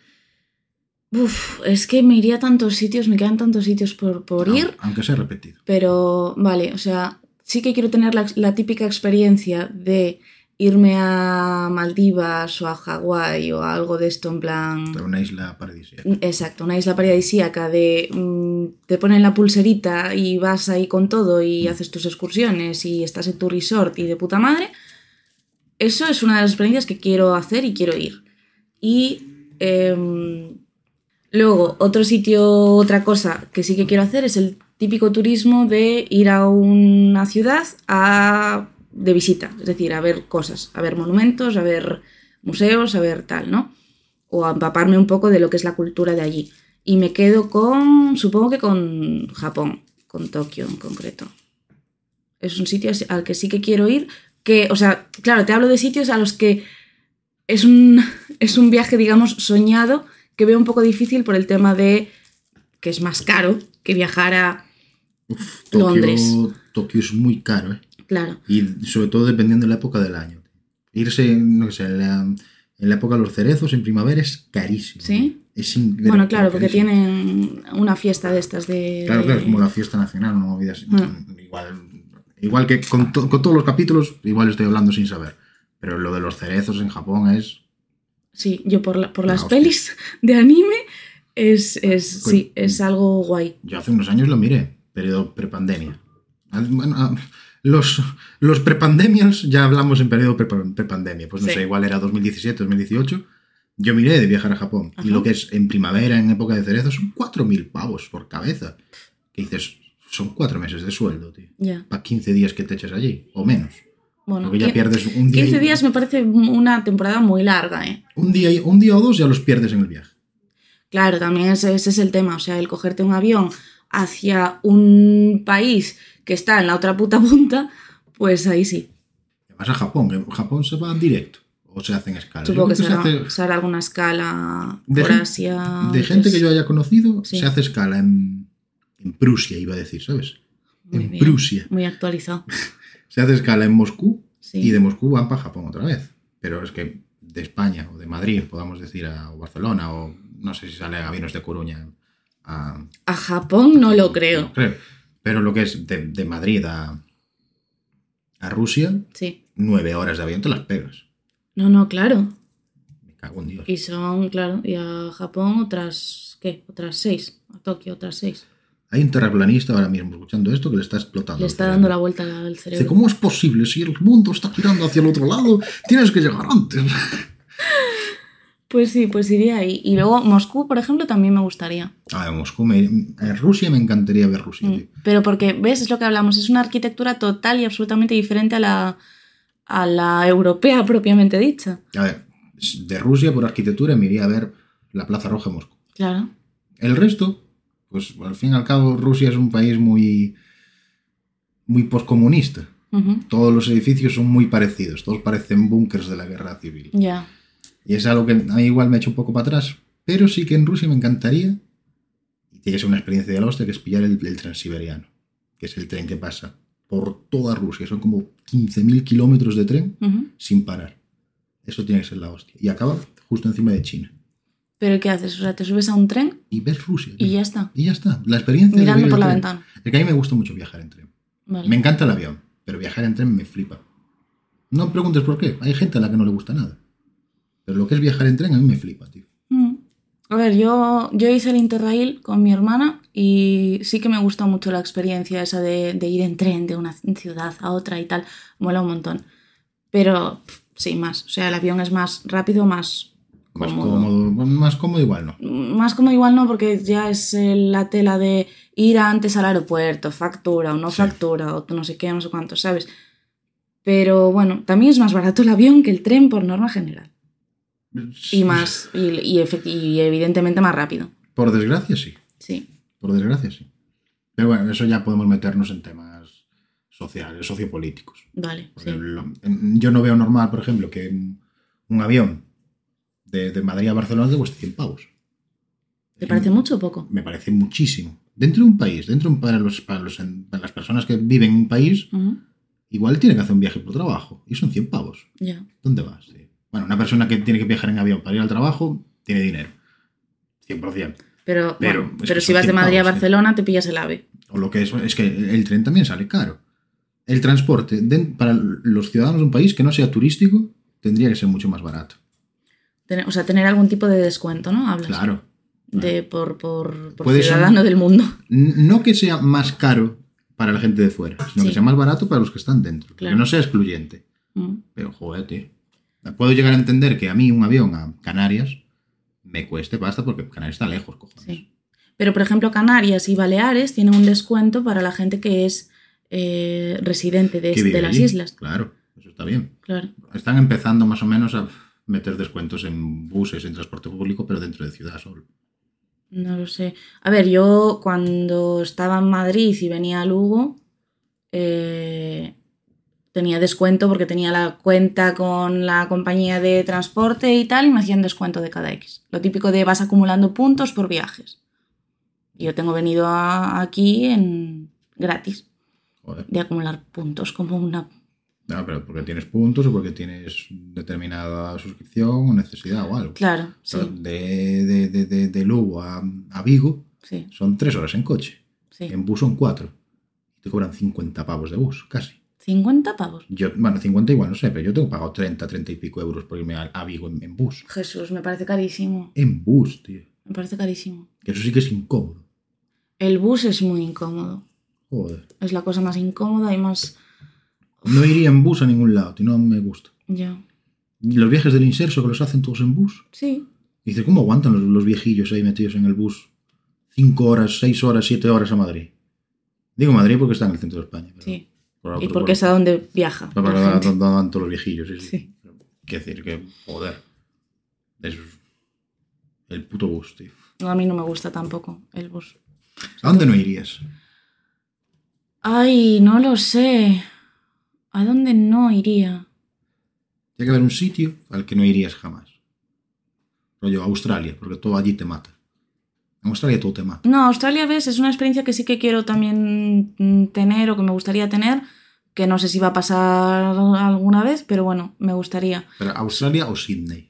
Uf, es que me iría a tantos sitios, me quedan tantos sitios por, por
Au-
ir.
Aunque sea repetido.
Pero, vale, o sea, sí que quiero tener la, la típica experiencia de irme a Maldivas o a Hawái o a algo de esto en plan...
Pero una isla paradisíaca.
Mm, Exacto, una isla paradisíaca de mm, te ponen la pulserita y vas ahí con todo y haces tus excursiones y estás en tu resort y de puta madre. Eso es una de las experiencias que quiero hacer y quiero ir. Y em, luego, otro sitio, otra cosa que sí que quiero hacer es el típico turismo de ir a una ciudad a, de visita, es decir, a ver cosas, a ver monumentos, a ver museos, a ver tal, ¿no? o a empaparme un poco de lo que es la cultura de allí. Y me quedo con, supongo que con Japón, con Tokio en concreto. Es un sitio as- al que sí que quiero ir, que, o sea, claro, te hablo de sitios a los que es un, (laughs) es un viaje, digamos, soñado, que veo un poco difícil por el tema de que es más caro que viajar a...
Tokio,
Londres.
Tokio es muy caro, ¿eh?
Claro.
Y sobre todo dependiendo de la época del año. Irse, no sé, en la, en la época de los cerezos, en primavera, es carísimo.
¿Sí?
Es in-
Bueno, claro, porque
carísimo.
tienen una fiesta de estas de...
Claro, claro, es como
de-
la fiesta nacional, una movida así.
Mm.
Igual, igual que con, to- con todos los capítulos, igual estoy hablando sin saber. Pero lo de los cerezos en Japón es.
Sí, yo por, la- por
La
las
Ah, hostia. Ah,
pelis de anime es, es,
Coño.
sí, es algo guay.
Yo hace unos años lo miré, periodo prepandemia. Ah, Bueno, ah, los, los prepandemials ya hablamos en periodo prepa- prepandemia. Pues no
Sí.
sé, igual era 2017, 2018. Yo miré de viajar a Japón.
Ajá.
Y lo que es en primavera, en época de cerezos, son 4.000 pavos por cabeza. Que dices, son 4 meses de sueldo, tío.
Ya.
Para 15 días que te echas allí, o menos.
Bueno,
Porque ya
quin-
pierdes un día.
15
y-
días me parece una temporada muy larga, ¿eh?
Un día, y- un día o dos ya los pierdes en el viaje.
Claro, también ese, ese es el tema, o sea, el cogerte un avión hacia un país que está en la otra puta punta, pues ahí sí.
Vas a Japón, que en Japón se va directo. O se hacen escalas.
Supongo que
Yo creo
será,
que se hace-
será alguna escala
De
por
gen-
Asia.
de gente
pues,
que yo haya conocido,
Sí.
se hace escala en, en Prusia, iba a decir, ¿sabes?
muy
en
bien,
Prusia.
Muy actualizado.
Se hace escala en Moscú
Sí.
y de Moscú van para Japón otra vez. Pero es que de España o de Madrid, podamos decir, a o Barcelona o no sé si sale a Vinos de Coruña. A,
A Japón no lo creo.
no creo. Pero lo que es de, de Madrid a, a Rusia,
Sí.
nueve horas de avión te las pegas.
No, no, claro.
Me cago en Dios.
Y son, claro, y a Japón otras, ¿qué? Otras seis. A Tokio otras seis.
Hay un terraplanista ahora mismo escuchando esto que le está explotando.
Le
el
está
cerebro.
dando la vuelta al
Dice,
cerebro.
¿cómo es posible? Si el mundo está girando hacia el otro lado, tienes que llegar antes.
Pues sí, pues iría ahí. Y luego Moscú, por ejemplo, también me gustaría.
A ver, Moscú, me- Ah, en Rusia me encantaría ver Rusia.
Mm,
tío.
Pero porque, ¿ves? Es lo que hablamos. Es una arquitectura total y absolutamente diferente a la, a la europea (laughs) propiamente dicha.
A ver, de Rusia por arquitectura me iría a ver la Plaza Roja de Moscú.
Claro.
El resto, pues al fin y al cabo Rusia es un país muy, muy poscomunista.
Ujú.
Todos los edificios son muy parecidos, todos parecen búnkers de la guerra civil.
Ya.
Y es algo que a mí igual me echo un poco para atrás. Pero sí que en Rusia me encantaría, y tiene que ser una experiencia de la hostia, que es pillar el, el transiberiano, que es el tren que pasa por toda Rusia. Son como 15.000 kilómetros de tren
Ujú.
sin parar. Eso tiene que ser la hostia. Y acaba justo encima de China.
Pero ¿qué haces? O sea, te subes a un tren
Y ves Rusia. tío.
y ya está.
Y ya está. La experiencia de ver
Mirando
el
por la
tren.
ventana.
Es que a mí me gusta mucho viajar en tren.
Vale.
Me encanta el avión, pero viajar en tren me flipa. No preguntes por qué. Hay gente a la que no le gusta nada. Pero lo que es viajar en tren a mí me flipa, tío.
Mm. A ver, yo, yo hice el Interrail con mi hermana y sí que me gustó mucho la experiencia esa de, de ir en tren de una ciudad a otra y tal. Mola un montón. Pero pff, sí, más. O sea, el avión es más rápido, más
Más
cómodo.
cómodo. Más cómodo igual no.
Más cómodo igual no, porque ya es eh, la tela de ir antes al aeropuerto, factura o no
Sí.
factura, o no sé qué, no sé cuánto, ¿sabes? Pero bueno, también es más barato el avión que el tren por norma general. Y más, y, y efect- y evidentemente más rápido.
Por desgracia, sí.
Sí.
Por desgracia, sí. Pero bueno, eso ya podemos meternos en temas sociales, sociopolíticos.
Vale,
Porque
sí.
lo- en- yo no veo normal, por ejemplo, que un, un avión de, de Madrid a Barcelona te cueste 100 pavos.
¿Te parece mucho o poco?
Me parece muchísimo. Dentro de un país, dentro de un- para, los, para, los- para las personas que viven en un país,
Ujú,
igual tienen que hacer un viaje por trabajo. Y son 100 pavos.
Ya.
¿Dónde vas? tío? Bueno, una persona que tiene que viajar en avión para ir al trabajo, tiene dinero. 100%.
Pero,
Pero,
bueno,
es
pero
que
si
son
vas de
100
Madrid a
pavos, ¿eh?
Barcelona te pillas el AVE.
o lo que es, es que el tren también sale caro. El transporte den- para los ciudadanos de un país que no sea turístico tendría que ser mucho más barato.
Tener- o sea, tener algún tipo de descuento, ¿no? Hablas
Claro.
de por, por, por
Puede ser-
ciudadano del mundo.
N- No que sea más caro para la gente de fuera, sino
Sí.
que sea más barato para los que están dentro.
Claro.
Que no sea excluyente.
Mm,
Pero joder, tío. Puedo llegar a entender que a mí un avión a Canarias me cueste pasta porque Canarias está lejos, cojones.
sí. Pero, por ejemplo, Canarias y Baleares tienen un descuento para la gente que es eh, residente de,
Que vive
de las
allí.
islas.
Claro, eso está bien.
Claro.
Están empezando más o menos a meter descuentos en buses, en transporte público, pero dentro de ciudad solo.
No lo sé. A ver, yo cuando estaba en Madrid y venía a Lugo, eh, tenía descuento porque tenía la cuenta con la compañía de transporte y tal, y me hacían descuento de cada X. Lo típico de vas acumulando puntos por viajes. Yo tengo venido a- aquí en gratis.
Joder.
de acumular puntos como una...
No, pero porque tienes puntos o porque tienes determinada suscripción o necesidad o algo.
Claro,
O sea,
sí,
De, de, de, de- de Lugo a, a Vigo
sí,
son tres horas en coche.
sí.
En bus son cuatro. Te cobran 50 pavos de bus, casi.
50 pavos.
Yo, bueno, 50 igual no sé, pero yo tengo pagado 30, 30 y pico euros por irme a, a Vigo en, en bus.
Jesús, me parece carísimo.
En bus, tío.
Me parece carísimo.
Que eso sí que es incómodo.
El bus es muy incómodo.
Joder.
Es la cosa más incómoda y más...
No iría en bus a ningún lado, tío. No me gusta.
Ya.
Los viajes del inserso que los hacen todos en bus.
Sí,
Y dice, ¿cómo aguantan los, los viejillos ahí metidos en el bus? Cinco horas, seis horas, siete horas a Madrid. Digo Madrid porque está en el centro de España. pero
sí.
por
Y
otro-
porque es a donde viaja.
por-
la
por- por-
gente.
donde van todos los viejillos, sí, sí.
Sí.
Quiero decir que, joder. Es el puto bus, tío.
No, A mí no me gusta tampoco el bus.
¿A dónde no irías?
Ay, no lo sé. ¿A dónde no iría?
Tiene que haber un sitio al que no irías jamás. Rollo, Australia, porque todo allí te mata. En Australia todo te mata.
No, Australia, ves, es una experiencia que sí que quiero también mm, tener o que me gustaría tener, que no sé si va a pasar alguna vez, pero bueno, me gustaría.
Pero Australia o Sydney.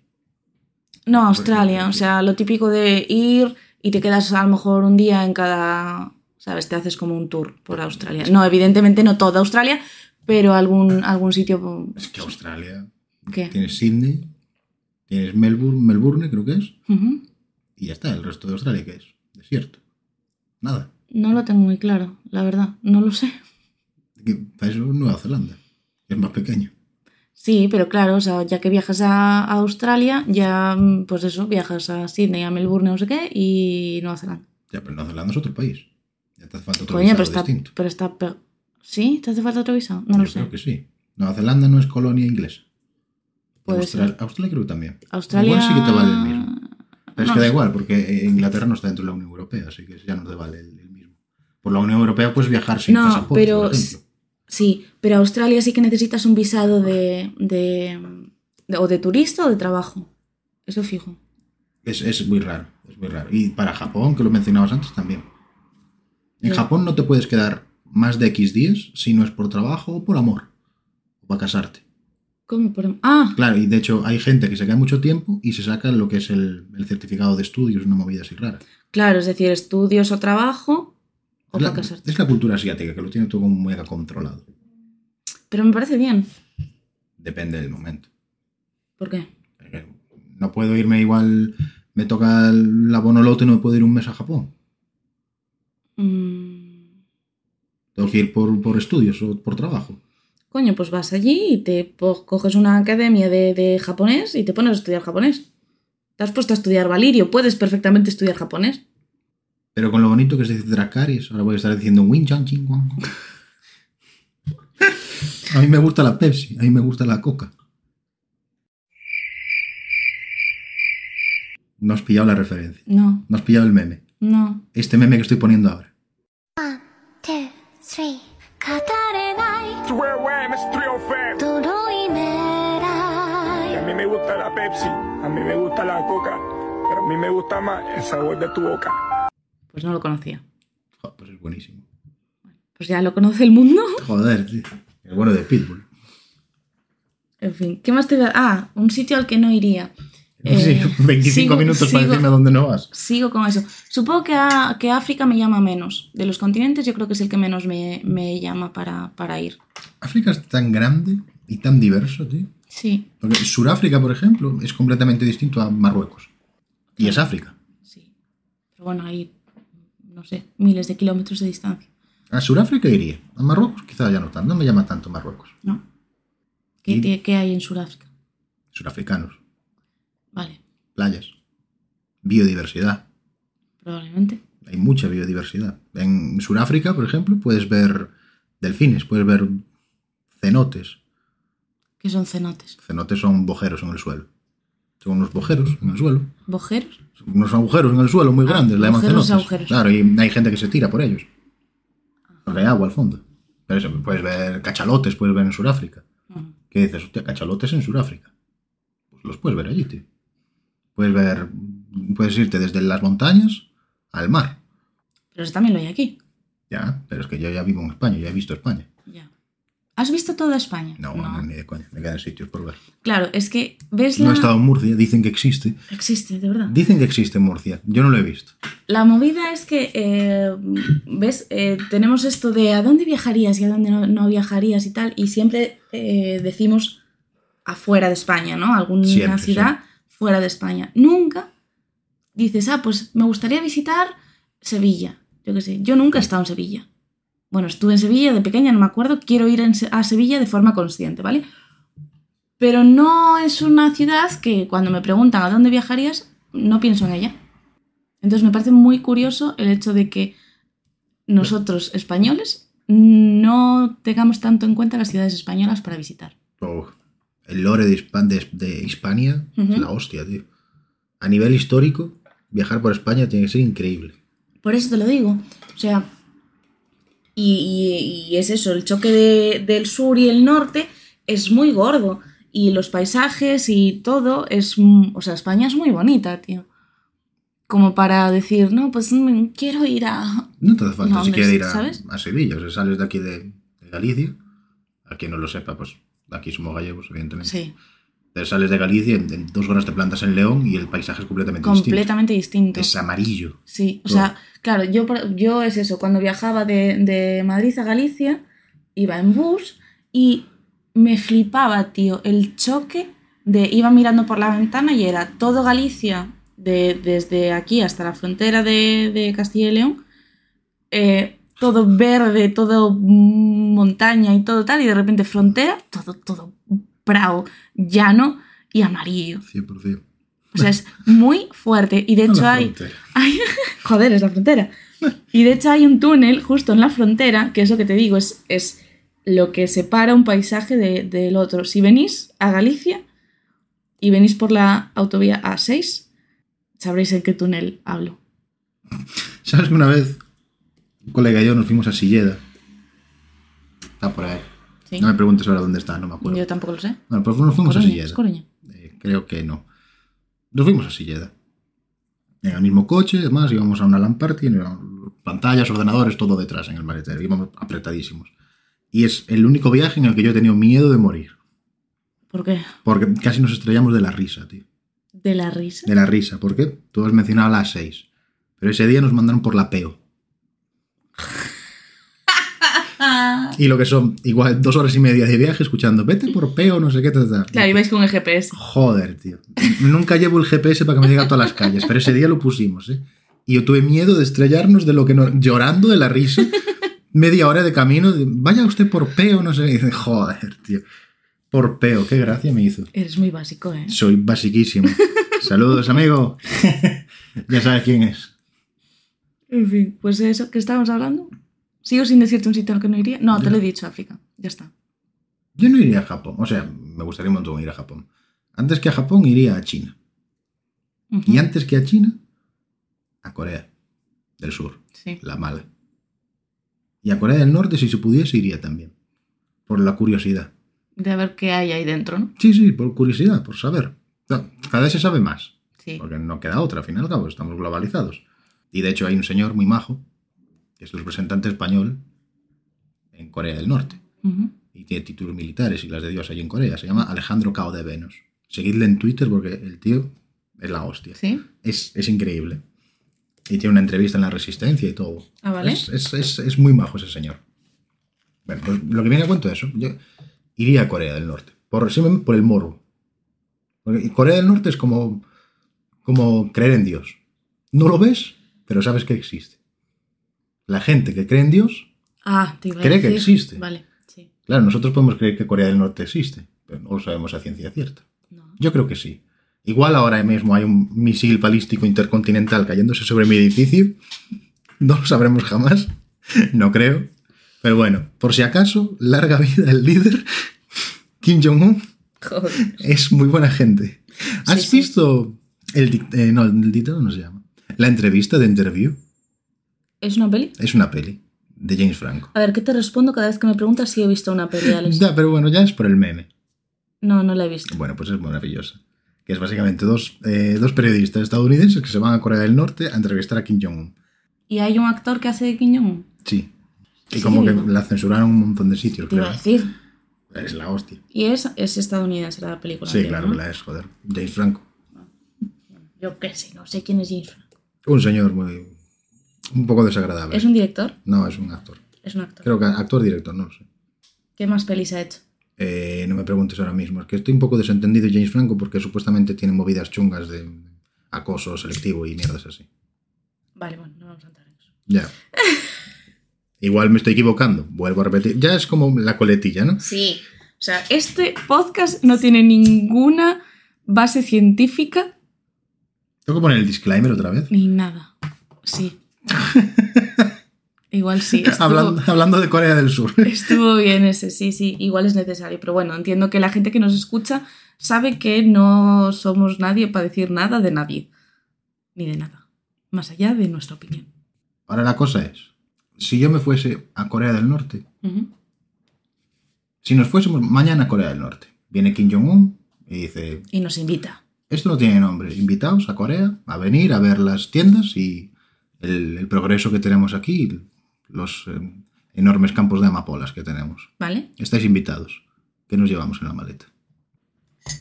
No,
Pues
Australia, o
sí.
sea, lo típico de ir y te quedas a lo mejor un día en cada, ¿sabes? Te haces como un tour por Australia. No, evidentemente no toda Australia, pero algún, algún sitio
Es que Australia.
que...
Tienes Sydney, tienes Melbourne, Melbourne, creo que es,
Ujú.
y ya está. El resto de Australia, que es? Desierto. Nada.
No lo tengo muy claro, la verdad, no lo sé.
Que Para eso Nueva Zelanda, que es más pequeño.
Sí, pero claro, o sea, ya que viajas a, a Australia, ya, mm, pues eso, viajas a Sydney, a Melbourne, no sé qué, y Nueva Zelanda.
Ya, pero Nueva Zelanda es otro país. Ya te hace falta otro
Coño, pero
visado
está,
distinto.
pero está... pe- ¿Sí? ¿Te hace falta otro visado? No
Yo
lo sé.
creo que sí. Nueva Zelanda no es colonia inglesa.
Puede
Austral-
ser.
Australia creo que también.
Australia...
Igual sí que te vale el mismo. Pero es
No,
que da
sí.
igual, porque eh, Inglaterra no está dentro de la Unión Europea, así que ya no te vale el, el mismo. Por la Unión Europea puedes viajar sin
No,
pasaporte,
pero
por
s-
ejemplo.
Sí, pero Australia sí que necesitas un visado de, de- de- o de turista o de trabajo. Eso fijo.
Es, es muy raro, es muy raro. Y para Japón, que lo mencionabas antes también. En
Ya.
Japón no te puedes quedar más de X días si no es por trabajo o por amor, o para casarte.
¿Cómo? Por... Ah,
Claro, y de hecho hay gente que se queda mucho tiempo y se saca lo que es el, el certificado de estudios, una movida así rara.
claro, es decir, estudios o trabajo o
es, la,
para casarte.
es la cultura asiática, que lo tiene todo como mega controlado.
Pero me parece bien.
Depende del momento.
¿Por qué?
No puedo irme igual, me toca el abono lote, no puedo ir un mes a Japón.
Mm,
Tengo que ir por, por estudios o por trabajo.
Coño, pues vas allí y te po- coges una academia de, de japonés y te pones a estudiar japonés. Te has puesto a estudiar Valirio, puedes perfectamente estudiar japonés.
Pero con lo bonito que se dice Dracaris, ahora voy a estar diciendo Win Chan Chin Guan. A mí me gusta la Pepsi, a mí me gusta la Coca. No has pillado la referencia,
No,
no has pillado el meme.
no.
Este meme que estoy poniendo ahora.
2 3語れない
2AM es 305.
呪いめら
Y
い
oh a mí me gusta la Pepsi, a mí me gusta la Coca, pero a mí me gusta más el sabor de tu boca.
Pues no lo conocía.
Jo, pues es buenísimo.
Pues ya lo conoce el mundo. (laughs)
Joder, tío. El bueno de Pitbull.
En fin, ¿qué más te iba a- Ah, un sitio al que no iría.
(laughs)
Eh,
sí, 25
sigo-
minutos para
sigo-
decirme dónde no vas.
Sigo con eso. Supongo que, a- que África me llama menos. De los continentes yo creo que es el que menos me, me llama para, para ir.
África es tan grande y tan diverso, tío.
Sí,
Porque Suráfrica, por ejemplo, es completamente distinto a Marruecos. Y es África.
sí. Pero bueno, hay, no sé, miles de kilómetros de distancia.
A Suráfrica iría. A Marruecos quizás ya no tanto. No me llama tanto Marruecos.
¿No? ¿Qué,
Y-
qué- qué hay en Sudáfrica?
Surafricanos,
Vale,
playas, biodiversidad.
probablemente.
Hay mucha biodiversidad. En Suráfrica, por ejemplo, puedes ver delfines, puedes ver cenotes.
¿Qué son cenotes?
Cenotes son bojeros en el suelo. Son unos bojeros en el suelo.
¿Bojeros?
Son unos agujeros en el suelo muy
Ah,
grandes, le llaman
agujeros,
cenotes.
agujeros.
Claro, y hay gente que se tira por ellos. Porque hay agua al fondo. Pero eso, puedes ver cachalotes, puedes ver en Sudáfrica.
Ujú.
¿Qué dices? Hostia, cachalotes en Sudáfrica. Pues los puedes ver allí, tío. Puedes ver. Puedes irte desde las montañas al mar.
Pero eso también lo hay aquí.
Ya, pero es que yo ya vivo en España, ya he visto España.
Ya. ¿Has visto toda España?
No, no, ni de coña. Me quedan sitios por ver.
Claro, es que ves la...
No he estado en Murcia, dicen que existe.
Existe, de verdad.
Dicen que existe en Murcia. Yo no lo he visto.
La movida es que, eh, ves, Eh, tenemos esto de a dónde viajarías y a dónde no, no viajarías y tal, y siempre eh, decimos afuera de España, ¿no? Alguna
Siempre,
ciudad fuera de España. Nunca dices, ah, pues me gustaría visitar Sevilla. Yo qué sé, yo nunca he estado en Sevilla. Bueno, estuve en Sevilla de pequeña, no me acuerdo, quiero ir en Se- a Sevilla de forma consciente, ¿vale? Pero no es una ciudad que cuando me preguntan a dónde viajarías, no pienso en ella. Entonces me parece muy curioso el hecho de que nosotros, españoles, no tengamos tanto en cuenta las ciudades españolas para visitar.
Oh, el lore de, Hispan- de, de Hispania es
Ujú.
la hostia, tío. A nivel histórico, viajar por España tiene que ser increíble.
Por eso te lo digo. O sea, y, y- y es eso, el choque de- del sur y el norte es muy gordo. Y los paisajes y todo es... mm, O sea, España es muy bonita, tío. Como para decir, no, pues mm, quiero ir a...
No te hace falta
No,
siquiera
hombre,
ir a,
¿sabes?
a Sevilla. O sea, sales de aquí de, de Galicia. A quien no lo sepa, pues aquí somos gallegos, evidentemente.
Sí,
Te sales de Galicia, en, en dos horas te plantas en León y el paisaje es completamente distinto.
completamente distinto.
Es amarillo.
Sí, o
Todo.
sea, claro, yo, por- yo es eso, cuando viajaba de, de Madrid a Galicia, iba en bus y me flipaba, tío, el choque de, iba mirando por la ventana y era todo Galicia, de- desde aquí hasta la frontera de, de Castilla y León, eh, todo verde, todo mm, montaña y todo tal, y de repente frontera, todo, todo prado, llano y amarillo.
100%.
O sea, es muy fuerte y de hecho
La
hay...
frontera.
Ay, joder, es la frontera. Y de hecho hay un túnel justo en la frontera, que es lo que te digo, es, es lo que separa un paisaje de- del otro. Si venís a Galicia y venís por la autovía A6, sabréis en qué túnel hablo.
¿Sabes que una vez un colega y yo nos fuimos a Silleda? Está por ahí.
Sí.
No me preguntes ahora dónde está, no me acuerdo.
Yo tampoco lo sé.
Bueno, pues nos fuimos a
Coruña, es
Silleda.
Coruña.
Eh, creo que no. Nos fuimos a Silleda. En el mismo coche, además, íbamos a una LAN party, en la- pantallas, ordenadores, todo detrás en el maletero. Íbamos apretadísimos. Y es el único viaje en el que yo he tenido miedo de morir.
¿Por qué?
Porque casi nos estrellamos de la risa, tío.
De la risa.
De la risa, ¿por qué? Tú has mencionado a las 6. Pero ese día nos mandaron por la peo. Y lo que son, igual dos horas y media de viaje escuchando, vete por peo, no sé qué, tal, tal.
Claro, ibais con el GPS.
Joder, tío. Nunca llevo el GPS para que me llegue a todas las calles, pero ese día lo pusimos, ¿eh? Y yo tuve miedo de estrellarnos de lo que no... Llorando de la risa. Media hora de camino. de, Vaya usted por peo, no sé. Y dice, joder, tío. Por peo, qué gracia me hizo.
Eres muy básico, ¿eh?
Soy basiquísimo. Saludos, amigo. ya sabes quién es.
En fin, pues eso, ¿qué estábamos hablando? ¿Sigo sin decirte un sitio al que no iría? No, te lo he dicho, África. Ya está.
Yo no iría a Japón. O sea, me gustaría un montón ir a Japón. Antes que a Japón, iría a China.
Ujú.
Y antes que a China, a Corea del Sur.
Sí.
la mala. Y a Corea del Norte, si se pudiese, iría también. Por la curiosidad.
de ver qué hay ahí dentro, ¿no?
Sí, sí, por curiosidad, por saber. No, Cada vez se sabe más,
Sí.
porque no queda otra, al fin y al cabo, estamos globalizados. Y de hecho hay un señor muy majo, que es representante español en Corea del Norte.
Ujú.
Y tiene títulos militares y las de Dios allí en Corea. Se llama Alejandro Cao de Venus. Seguidle en Twitter porque el tío es la hostia.
Sí.
Es, es increíble. Y tiene una entrevista en La Resistencia y todo.
Ah, vale.
Es, es- es- es muy majo ese señor. Bueno, pues lo que viene a cuento es eso. Yo iría a Corea del Norte. Por, simplemente por el morbo. Porque Corea del Norte es como, como creer en Dios. No lo ves, pero sabes que existe. La gente que cree en Dios
Ah, te iba a
Cree que
decir.
existe.
Vale, sí.
Claro, nosotros podemos creer que Corea del Norte existe, pero no lo sabemos a ciencia cierta.
No.
Yo creo que sí. Igual ahora mismo hay un misil balístico intercontinental cayéndose sobre mi edificio. No lo sabremos jamás. No creo. Pero bueno, por si acaso, larga vida el líder. Kim Jong-un
Joder.
es muy buena gente. ¿Has
Sí, sí.
visto el, dic- eh, no, el dictador no se llama? La entrevista de interview.
¿Es una peli?
Es una peli de James Franco.
A ver, ¿qué te respondo cada vez que me preguntas si he visto una peli, Alex?
Ya, pero bueno, ya es por el meme.
No, no la he visto.
Bueno, pues es maravillosa. Que es básicamente dos, eh, dos periodistas estadounidenses que se van a Corea del Norte a entrevistar a Kim Jong-un.
¿Y hay un actor que hace de Quiñón?
Sí. Y
Sí,
como que
viva.
la censuraron en un montón de sitios,
Te iba a
creo.
decir.
Es la hostia.
Y es, es estadounidense la película.
Sí,
entiendo,
claro
¿no?
que la es, joder. James Franco.
Yo qué sé, no sé quién es James Franco.
Un señor muy. un poco desagradable.
¿Es un director?
No, es un actor.
Es un actor.
Creo que actor-director, no lo sé.
¿Qué más pelis ha hecho?
Eh, no me preguntes ahora mismo. Es que estoy un poco desentendido de James Franco porque supuestamente tiene movidas chungas de acoso selectivo y mierdas así.
Vale, bueno, no vamos a entrar en eso.
Ya.
(laughs)
Igual me estoy equivocando. Vuelvo a repetir. Ya es como la coletilla, ¿no?
Sí. O sea, este podcast no tiene ninguna base científica
Tengo que poner el disclaimer otra vez.
ni nada.
(laughs)
Sí. Igual sí. (laughs) Estuvo,
Hablando, hablando de Corea del Sur. (laughs)
estuvo bien ese, sí, sí. Igual es necesario. Pero bueno, entiendo que la gente que nos escucha sabe que no somos nadie para decir nada de nadie. Ni de nada. Más allá de nuestra opinión.
Ahora la cosa es, si yo me fuese a Corea del Norte,
Ujú.
si nos fuésemos mañana a Corea del Norte, viene Kim Jong-un y dice,
Y nos invita.
esto no tiene nombre, invitaos a Corea a venir a ver las tiendas y el, el progreso que tenemos aquí, los eh, enormes campos de amapolas que tenemos.
¿Vale?
Estáis invitados. ¿Qué nos llevamos en la maleta?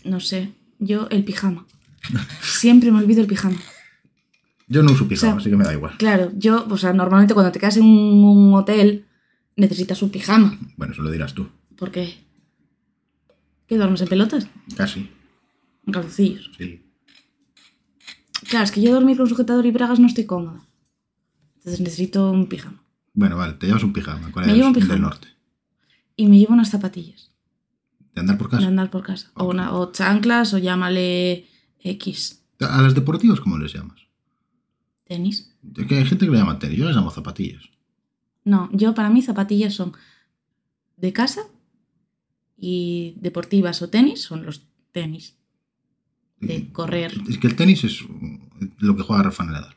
No sé. Yo, el pijama. Siempre me olvido el pijama.
Yo no uso pijama,
O sea,
así que me da igual.
Claro, yo, o sea, normalmente cuando te quedas en un, un hotel necesitas un pijama.
Bueno, eso lo dirás tú.
¿Por qué? ¿Qué duermes en pelotas?
Casi,
En calzoncillos.
sí.
Claro, es que yo dormir con sujetador y bragas no estoy cómoda. Entonces necesito un pijama.
Bueno, vale, te llevas un pijama, a Corea
Me
del,
llevo un
del
pijama.
Norte.
Y me llevo unas zapatillas
De andar por
de
casa.
andar por casa. O, una, o chanclas, o llámale X.
¿A las deportivas cómo les llamas?
¿Tenis?
Es que hay gente que le llama tenis, yo les llamo zapatillas.
No, yo para mí zapatillas son de casa y deportivas o tenis son los tenis. De correr.
Es que el tenis es mm, lo que juega Rafa Nadal.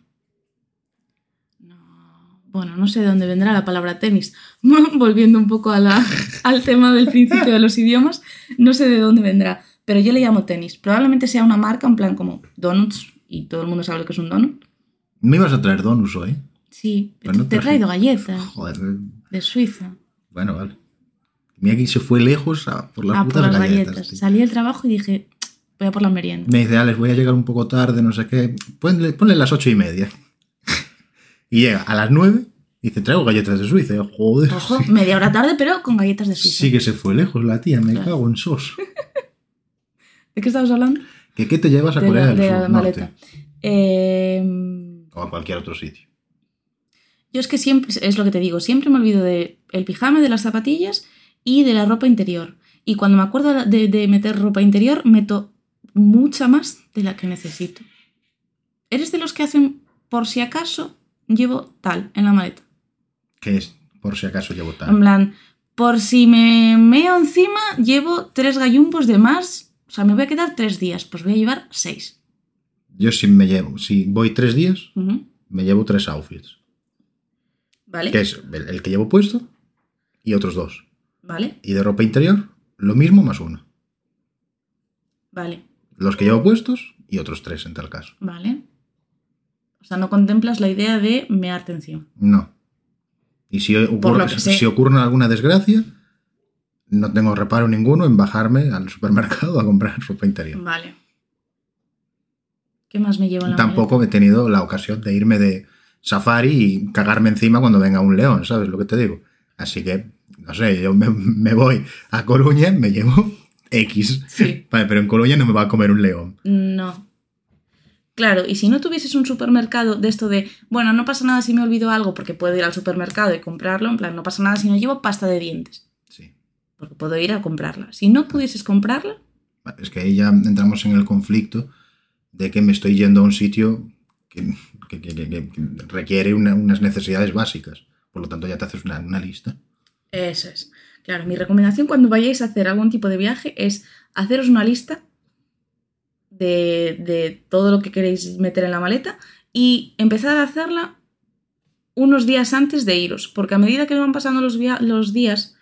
No. Bueno, no sé de dónde vendrá la palabra tenis. (laughs) Volviendo un poco a la- al tema del principio de los idiomas, no sé de dónde vendrá. Pero yo le llamo tenis. Probablemente sea una marca en plan como donuts y todo el mundo sabe lo que es un donut.
Me ibas a traer donuts hoy.
Sí,
Pero no
te he
traje.
traído galletas
Joder,
de Suiza.
bueno, vale. Mira que se fue lejos a por las
Ah, por
putas
las
galletas.
galletas.
tío.
Salí del trabajo y dije, voy a por la merienda.
Me dice, Alex, voy a llegar un poco tarde, no sé qué. Ponle, ponle las ocho y media. (laughs) y llega a las nueve y dice, traigo galletas de Suiza. Y yo, Joder,
Ojo, media hora tarde, pero con galletas de Suiza.
sí que se fue lejos la tía, me
Claro.
cago en sos.
¿De qué estabas hablando?
¿Que ¿Qué te llevas a
de
Corea
la,
del
de
Sur?
la maleta.
Norte?
Em,
o a cualquier otro sitio.
Yo es que siempre, es lo que te digo, siempre me olvido de el pijama, de las zapatillas y de la ropa interior. Y cuando me acuerdo de, de meter ropa interior, meto mucha más de la que necesito. ¿Eres de los que hacen, por si acaso, llevo tal en la maleta?
Que es, por si acaso llevo
En
tal.
plan, por si me meo encima, llevo tres gallumbos de más. O sea, me voy a quedar tres días, pues voy a llevar seis.
Yo si me llevo, si voy tres días,
Ujú,
me llevo tres outfits.
¿Vale?
que es el, el que llevo puesto y otros dos.
¿Vale?
Y de ropa interior, lo mismo más uno.
¿Vale?
Los que llevo puestos y otros tres en tal caso.
¿Vale? O sea, no contemplas la idea de mearte encima.
No. Y si, ocurre,
lo que sé.
si ocurre alguna desgracia, no tengo reparo ninguno en bajarme al supermercado a comprar (laughs) ropa interior.
Vale. ¿Qué más me llevo en la
Tampoco he tenido la ocasión de irme de safari y cagarme encima cuando venga un león, ¿sabes lo que te digo? Así que, no sé, yo me, me voy a Coruña, me llevo X.
Sí.
Vale, pero en Coruña no me va a comer un león.
maleta? No. Claro, y si no tuvieses un supermercado de esto de, bueno, no pasa nada si me olvido algo porque puedo ir al supermercado y comprarlo, en plan, no pasa nada si no llevo pasta de dientes,
Sí.
porque puedo ir a comprarla. Si no pudieses comprarla,
Es que ahí ya entramos en el conflicto de que me estoy yendo a un sitio que, que- que- que- que requiere una- unas necesidades básicas. Por lo tanto, ya te haces una, una lista.
eso es. Claro, mi recomendación cuando vayáis a hacer algún tipo de viaje es haceros una lista de, de todo lo que queréis meter en la maleta y empezar a hacerla unos días antes de iros, porque a medida que van pasando los, via- los días,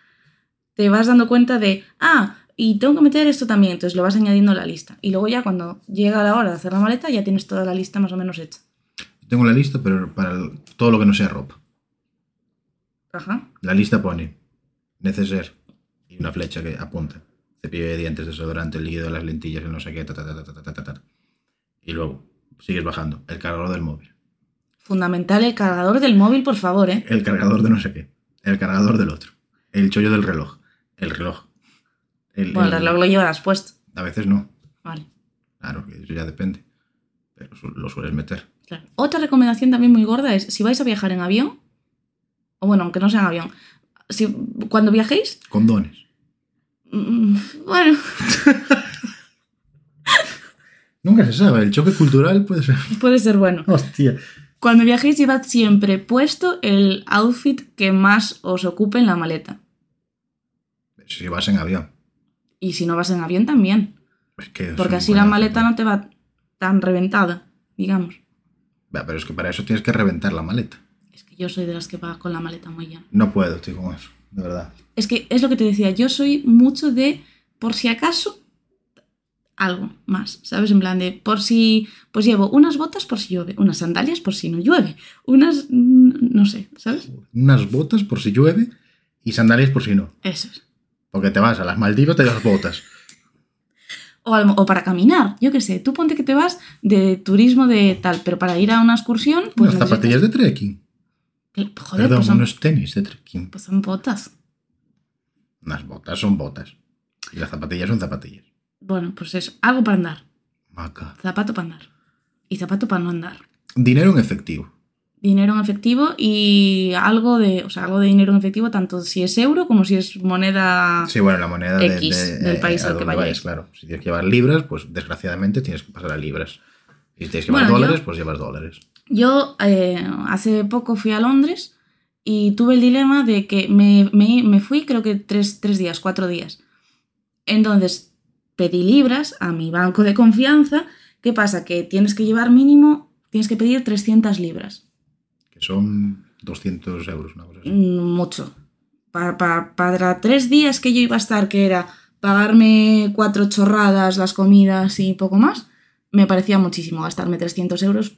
te vas dando cuenta de, ah, y tengo que meter esto también, entonces lo vas añadiendo a la lista. Y luego ya cuando llega la hora de hacer la maleta, ya tienes toda la lista más o menos hecha.
Tengo la lista, pero para el- todo lo que no sea ropa.
Ajá.
La lista pone neceser y una flecha que apunta. Cepillo de dientes, desodorante, el líquido de las lentillas, el no sé qué, ta, ta, ta, ta, ta, ta, ta, ta. Y luego sigues bajando. El cargador del móvil.
Fundamental el cargador del móvil, por favor, ¿eh?
El cargador de no sé qué. El cargador del otro. El chollo del reloj. El reloj. El-
Bueno, el
el-
reloj lo llevarás puesto.
A veces no.
Vale,
Claro, que eso ya depende. Pero su- lo sueles meter.
claro. Otra recomendación también muy gorda es, si vais a viajar en avión, o bueno, aunque no sea en avión, si, cuando viajéis,
Condones.
mm, (laughs) bueno,
Nunca se sabe. El choque cultural puede ser.
puede ser bueno.
Hostia.
Cuando viajéis llevad siempre puesto el outfit que más os ocupe en la maleta.
Si vas en avión.
Y si no vas en avión también,
Es que es
porque
un
así la
coñazo,
maleta
pero-
no te va tan reventada, digamos.
Va, pero es que para eso tienes que reventar la maleta.
Es que yo soy de las que va con la maleta muy llena.
No puedo, estoy con eso. De verdad.
Es que es lo que te decía, yo soy mucho de, por si acaso, algo más, ¿sabes? En plan de, por si, pues llevo unas botas por si llueve, unas sandalias por si no llueve, unas, mm, no sé, ¿sabes?
Unas botas por si llueve y sandalias por si no.
Eso es.
Porque te vas a las Maldivas, te das botas.
O, a lo mo- o para caminar, yo qué sé, tú ponte que te vas de turismo de tal, pero para ir a una excursión, (laughs) pues...
Unas
necesitas-
zapatillas de trekking.
Cl- Joder,
Perdón,
pues, son,
unos tenis de trekking.
pues son botas.
Unas botas son botas. Y las zapatillas son zapatillas.
Bueno, pues eso, algo para andar,
Maca.
zapato para andar y zapato para no andar.
Dinero en efectivo.
dinero en efectivo y algo de, o sea, algo de dinero en efectivo, tanto si es euro como si es moneda.
Sí, bueno, la moneda de-
Ah. X
de- eh,
del país
a
al que
donde
vayáis.
Claro, si tienes que llevar libras, pues desgraciadamente tienes que pasar a libras. Y si tienes que llevar
Bueno, yo-
dólares, pues llevas dólares.
Yo eh, hace poco fui a Londres y tuve el dilema de que me, me- me fui creo que tres, tres días, cuatro días. Entonces pedí libras a mi banco de confianza. ¿Qué pasa? Que tienes que llevar mínimo, tienes que pedir 300 libras.
Que son 200 euros, una cosa así.
Mm, mucho. Pa- pa- para tres días que yo iba a estar, que era pagarme cuatro chorradas, las comidas y poco más, me parecía muchísimo gastarme 300 euros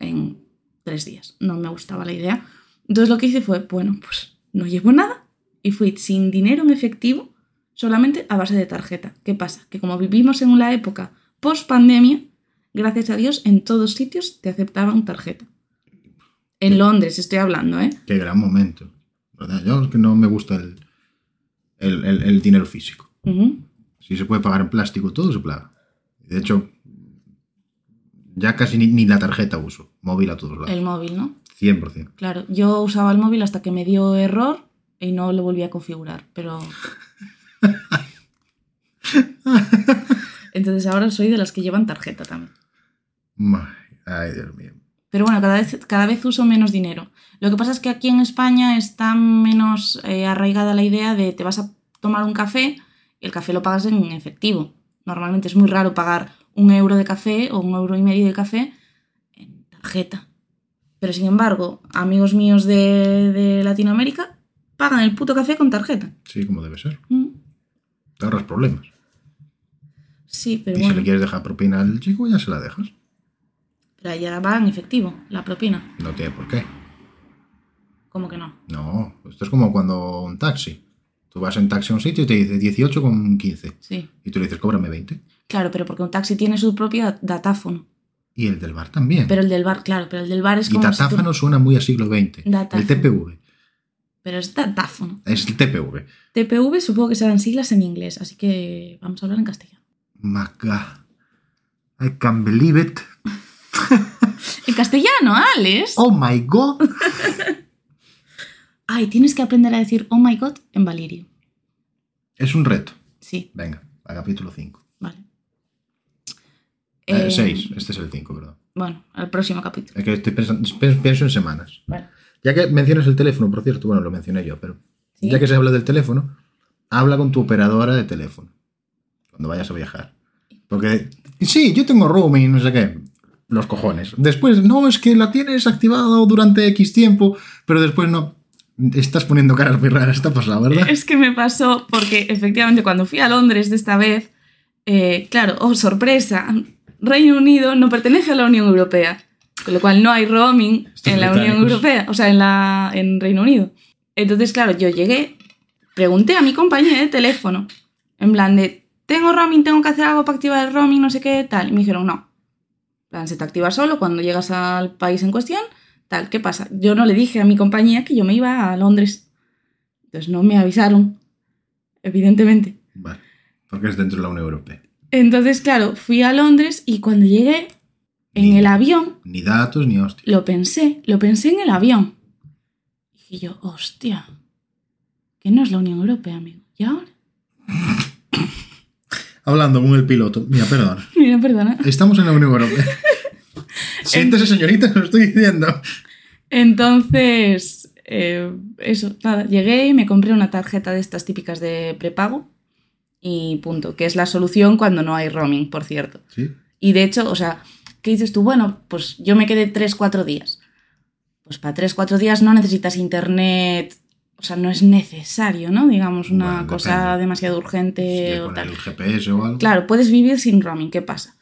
en tres días. No me gustaba la idea. Entonces lo que hice fue, bueno, pues no llevo nada y fui sin dinero en efectivo, solamente a base de tarjeta. ¿Qué pasa? Que como vivimos en una época post pandemia, gracias a Dios en todos sitios te aceptaban tarjeta. En Londres estoy hablando, ¿eh?
Qué gran momento. ¿verdad? Yo es que no me gusta el, el- el- el dinero físico.
Ujú.
Si se puede pagar en plástico, todo se paga. De hecho, ya casi ni, ni la tarjeta uso. Móvil a todos lados.
El móvil, ¿no?
100%.
Claro, yo usaba el móvil hasta que me dio error y no lo volví a configurar, pero... Entonces ahora soy de las que llevan tarjeta también.
Ma- Ay, Dios mío.
Pero bueno, cada vez, cada vez uso menos dinero. Lo que pasa es que aquí en España está menos eh, arraigada la idea de te vas a tomar un café y el café lo pagas en efectivo. Normalmente es muy raro pagar un euro de café o un euro y medio de café en tarjeta. Pero sin embargo, amigos míos de, de Latinoamérica pagan el puto café con tarjeta.
Sí, como debe ser.
Mm,
Te ahorras problemas.
Sí, pero
y si le
bueno.
quieres dejar propina al chico, ya se la dejas.
Pero allá va en efectivo, la propina.
No tiene por qué.
¿Cómo que no?
No, esto es como cuando un taxi. Tú vas en taxi a un sitio y te dice 18 con 15.
Sí.
Y tú le dices, cóbrame 20.
Claro, pero porque un taxi tiene su propio datáfono.
Y el del bar también.
Pero el del bar, claro, pero el del bar es
y
como. si tú-
tatáfano suena muy a siglo XX.
Datáfano.
El TPV.
Pero es datáfono.
Es el TPV.
TPV supongo que serán siglas en inglés, así que vamos a hablar en castellano.
Maca. I can believe it.
¡En castellano, Alex!
Oh my god.
Ay, tienes que aprender a decir oh my god en Valirio.
Es un reto.
Sí,
Venga, a capítulo 5.
vale.
6.
Eh,
Este es el 5, perdón.
Bueno, al próximo capítulo. (laughs)
Es que estoy pensando, pe- pienso en semanas.
Vale.
Ya que mencionas el teléfono, por cierto, bueno, lo mencioné yo, pero
Sí.
ya que se habla del teléfono, habla con tu operadora de teléfono cuando vayas a viajar. Porque, sí, yo tengo roaming, no sé qué, los cojones. Después, no, es que la tienes activado durante X tiempo, pero después no. Estás poniendo caras muy raras, está pasado,
(laughs)
¿verdad?
Es que me pasó porque efectivamente cuando fui a Londres de esta vez, eh, claro, oh sorpresa, Reino Unido no pertenece a la Unión Europea, con lo cual no hay roaming
Estos
en la
británicos.
Unión Europea, o sea, en, la, en Reino Unido. Entonces, claro, yo llegué, pregunté a mi compañía de teléfono, en plan de, tengo roaming, tengo que hacer algo para activar el roaming, no sé qué, tal. Y me dijeron, no. En plan, se te activa solo cuando llegas al país en cuestión, tal. ¿Qué pasa? Yo no le dije a mi compañía que yo me iba a Londres. Entonces no me avisaron, evidentemente.
Vale. Porque es dentro de la Unión Europea.
Entonces, claro, fui a Londres y cuando llegué en
Ni-
el avión,
Ni datos ni hostia.
lo pensé, lo pensé en el avión. Y yo, hostia, que no es la Unión Europea, amigo. ¿Y ahora? (laughs)
Hablando con el piloto. Mira, perdón.
Mira, perdona.
Estamos en la Unión
(laughs)
Europea. Siéntese, señorita, os lo estoy diciendo.
Entonces, eh, eso, nada, llegué y me compré una tarjeta de estas típicas de prepago y punto, que es la solución cuando no hay roaming, por cierto.
Sí.
Y de hecho, o sea, ¿qué dices tú? Bueno, pues yo me quedé 3-4 días. Pues para 3-4 días no necesitas internet, o sea, no es necesario, ¿no? Digamos, una
Bueno,
cosa
depende.
demasiado urgente
Sí,
o
con
tal.
el GPS o algo.
Claro, puedes vivir sin roaming, ¿qué pasa?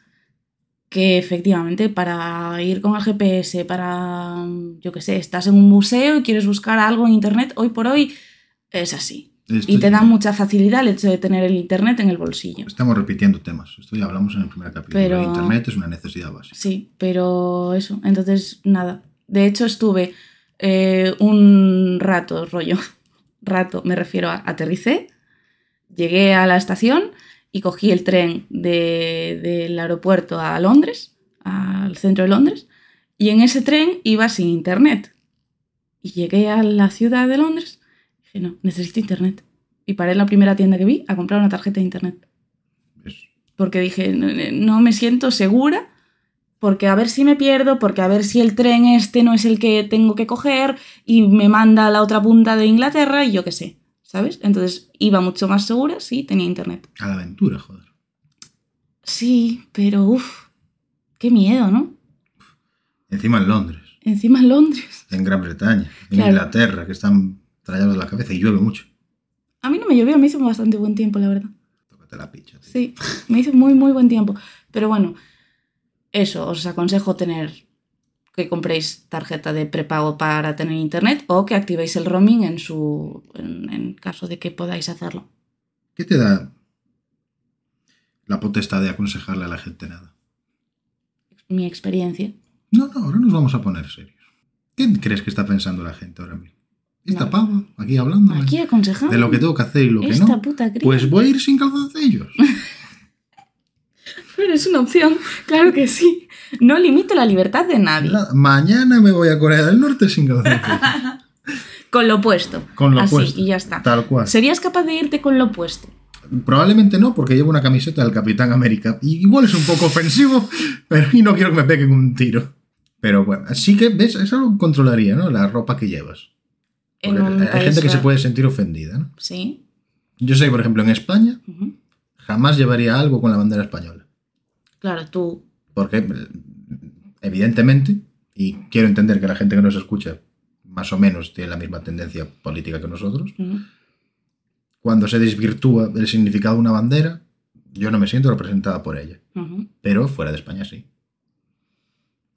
Que efectivamente para ir con el GPS, para, mm, yo qué sé, estás en un museo y quieres buscar algo en Internet, hoy por hoy es así.
Esto-
Y te da mucha facilidad el hecho de tener el Internet en el bolsillo.
Estamos repitiendo temas. Esto ya hablamos en el primer capítulo.
Pero-
Internet es una necesidad básica.
Sí, pero eso, entonces nada. De hecho estuve eh, un rato, rollo, (laughs) rato, me refiero a aterricé, llegué a la estación y cogí el tren de- del aeropuerto a Londres, al centro de Londres, y en ese tren iba sin internet. Y llegué a la ciudad de Londres y dije, no, necesito internet. Y paré en la primera tienda que vi a comprar una tarjeta de internet
Es-
porque dije, "No- eh, no me siento segura, porque a ver si me pierdo, porque a ver si el tren este no es el que tengo que coger y me manda a la otra punta de Inglaterra y yo qué sé, ¿sabes? Entonces iba mucho más segura si tenía internet.
A la aventura, joder.
Sí, pero uff, qué miedo, ¿no?
Encima en Londres,
Encima en Londres.
en Gran Bretaña, en
Claro.
Inglaterra, que están trallados de la cabeza y llueve mucho.
A mí no me llovió, me hizo bastante buen tiempo, la verdad.
Tócate la picha. tío.
Sí, me hizo muy, muy buen tiempo. Pero bueno, eso, os aconsejo tener que compréis tarjeta de prepago para tener internet o que activéis el roaming en su en, en caso de que podáis hacerlo.
¿Qué te da la potestad de aconsejarle a la gente nada?
Mi experiencia.
No, no, ahora nos vamos a poner serios. ¿Qué crees que está pensando la gente ahora mismo? Esta
Nada.
pava, aquí hablando
Aquí
¿eh?
aconsejamos
de lo que tengo que hacer y lo que
esta
no.
puta cría.
Pues voy a ir sin
(laughs)
calzoncillos.
Pero es una opción, (laughs) claro que sí. No limito la libertad de nadie.
Nada, Mañana me voy a Corea del Norte sin
(laughs)
calzoncillos.
Con lo opuesto.
Con lo
Así,
puesto.
y ya está.
Tal cual.
¿Serías capaz de irte con lo opuesto?
Probablemente no, porque llevo una camiseta del Capitán América. Y igual es un poco ofensivo, pero y no quiero que me peguen un tiro. Pero bueno, sí que, ¿ves? Eso lo controlaría, ¿no? La ropa que llevas.
En
Porque
un
hay
país
gente que se
ra-
puede sentir ofendida, ¿no?
Sí.
Yo sé, por ejemplo, en España
ujú.
jamás llevaría algo con la bandera española.
Claro, tú
Porque, evidentemente, y quiero entender que la gente que nos escucha más o menos tiene la misma tendencia política que nosotros,
ujú.
cuando se desvirtúa el significado de una bandera, yo no me siento representada por ella.
Ujú.
Pero fuera de España sí.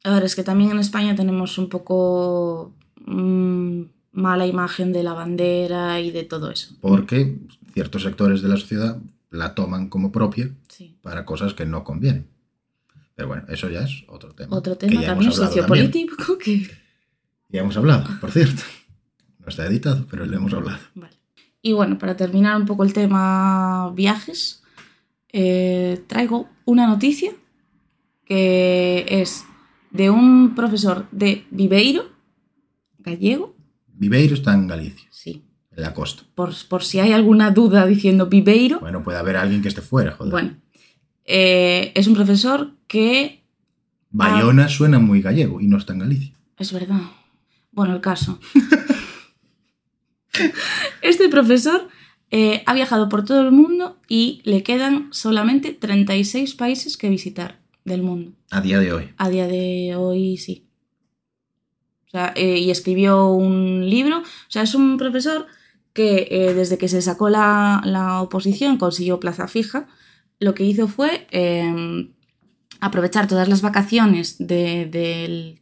A ver, es que también en España tenemos un poco mm, mala imagen de la bandera y de todo eso.
porque ciertos sectores de la sociedad la toman como propia
Sí.
para cosas que no convienen. Pero bueno, eso ya es otro tema.
Otro
que
tema
ya
también
hemos hablado
sociopolítico (laughs) que...
Ya hemos hablado, por cierto. No está editado, pero lo hemos hablado.
Vale. Y bueno, para terminar un poco el tema viajes, eh, traigo una noticia que es de un profesor de Viveiro, gallego,
Viveiro está en Galicia,
sí,
en la costa.
por, por si hay alguna duda diciendo Viveiro,
Bueno, puede haber alguien que esté fuera, joder.
bueno, eh, es un profesor que ah.
Bayona suena muy gallego y no está en Galicia.
Es verdad. Bueno, el caso. (laughs) este profesor eh, ha viajado por todo el mundo y le quedan solamente 36 países que visitar del mundo.
A día de hoy.
A día de hoy sí. O sea, eh, y escribió un libro. O sea, es un profesor que eh, desde que se sacó la, la oposición consiguió plaza fija. Lo que hizo fue eh, aprovechar todas las vacaciones de- del,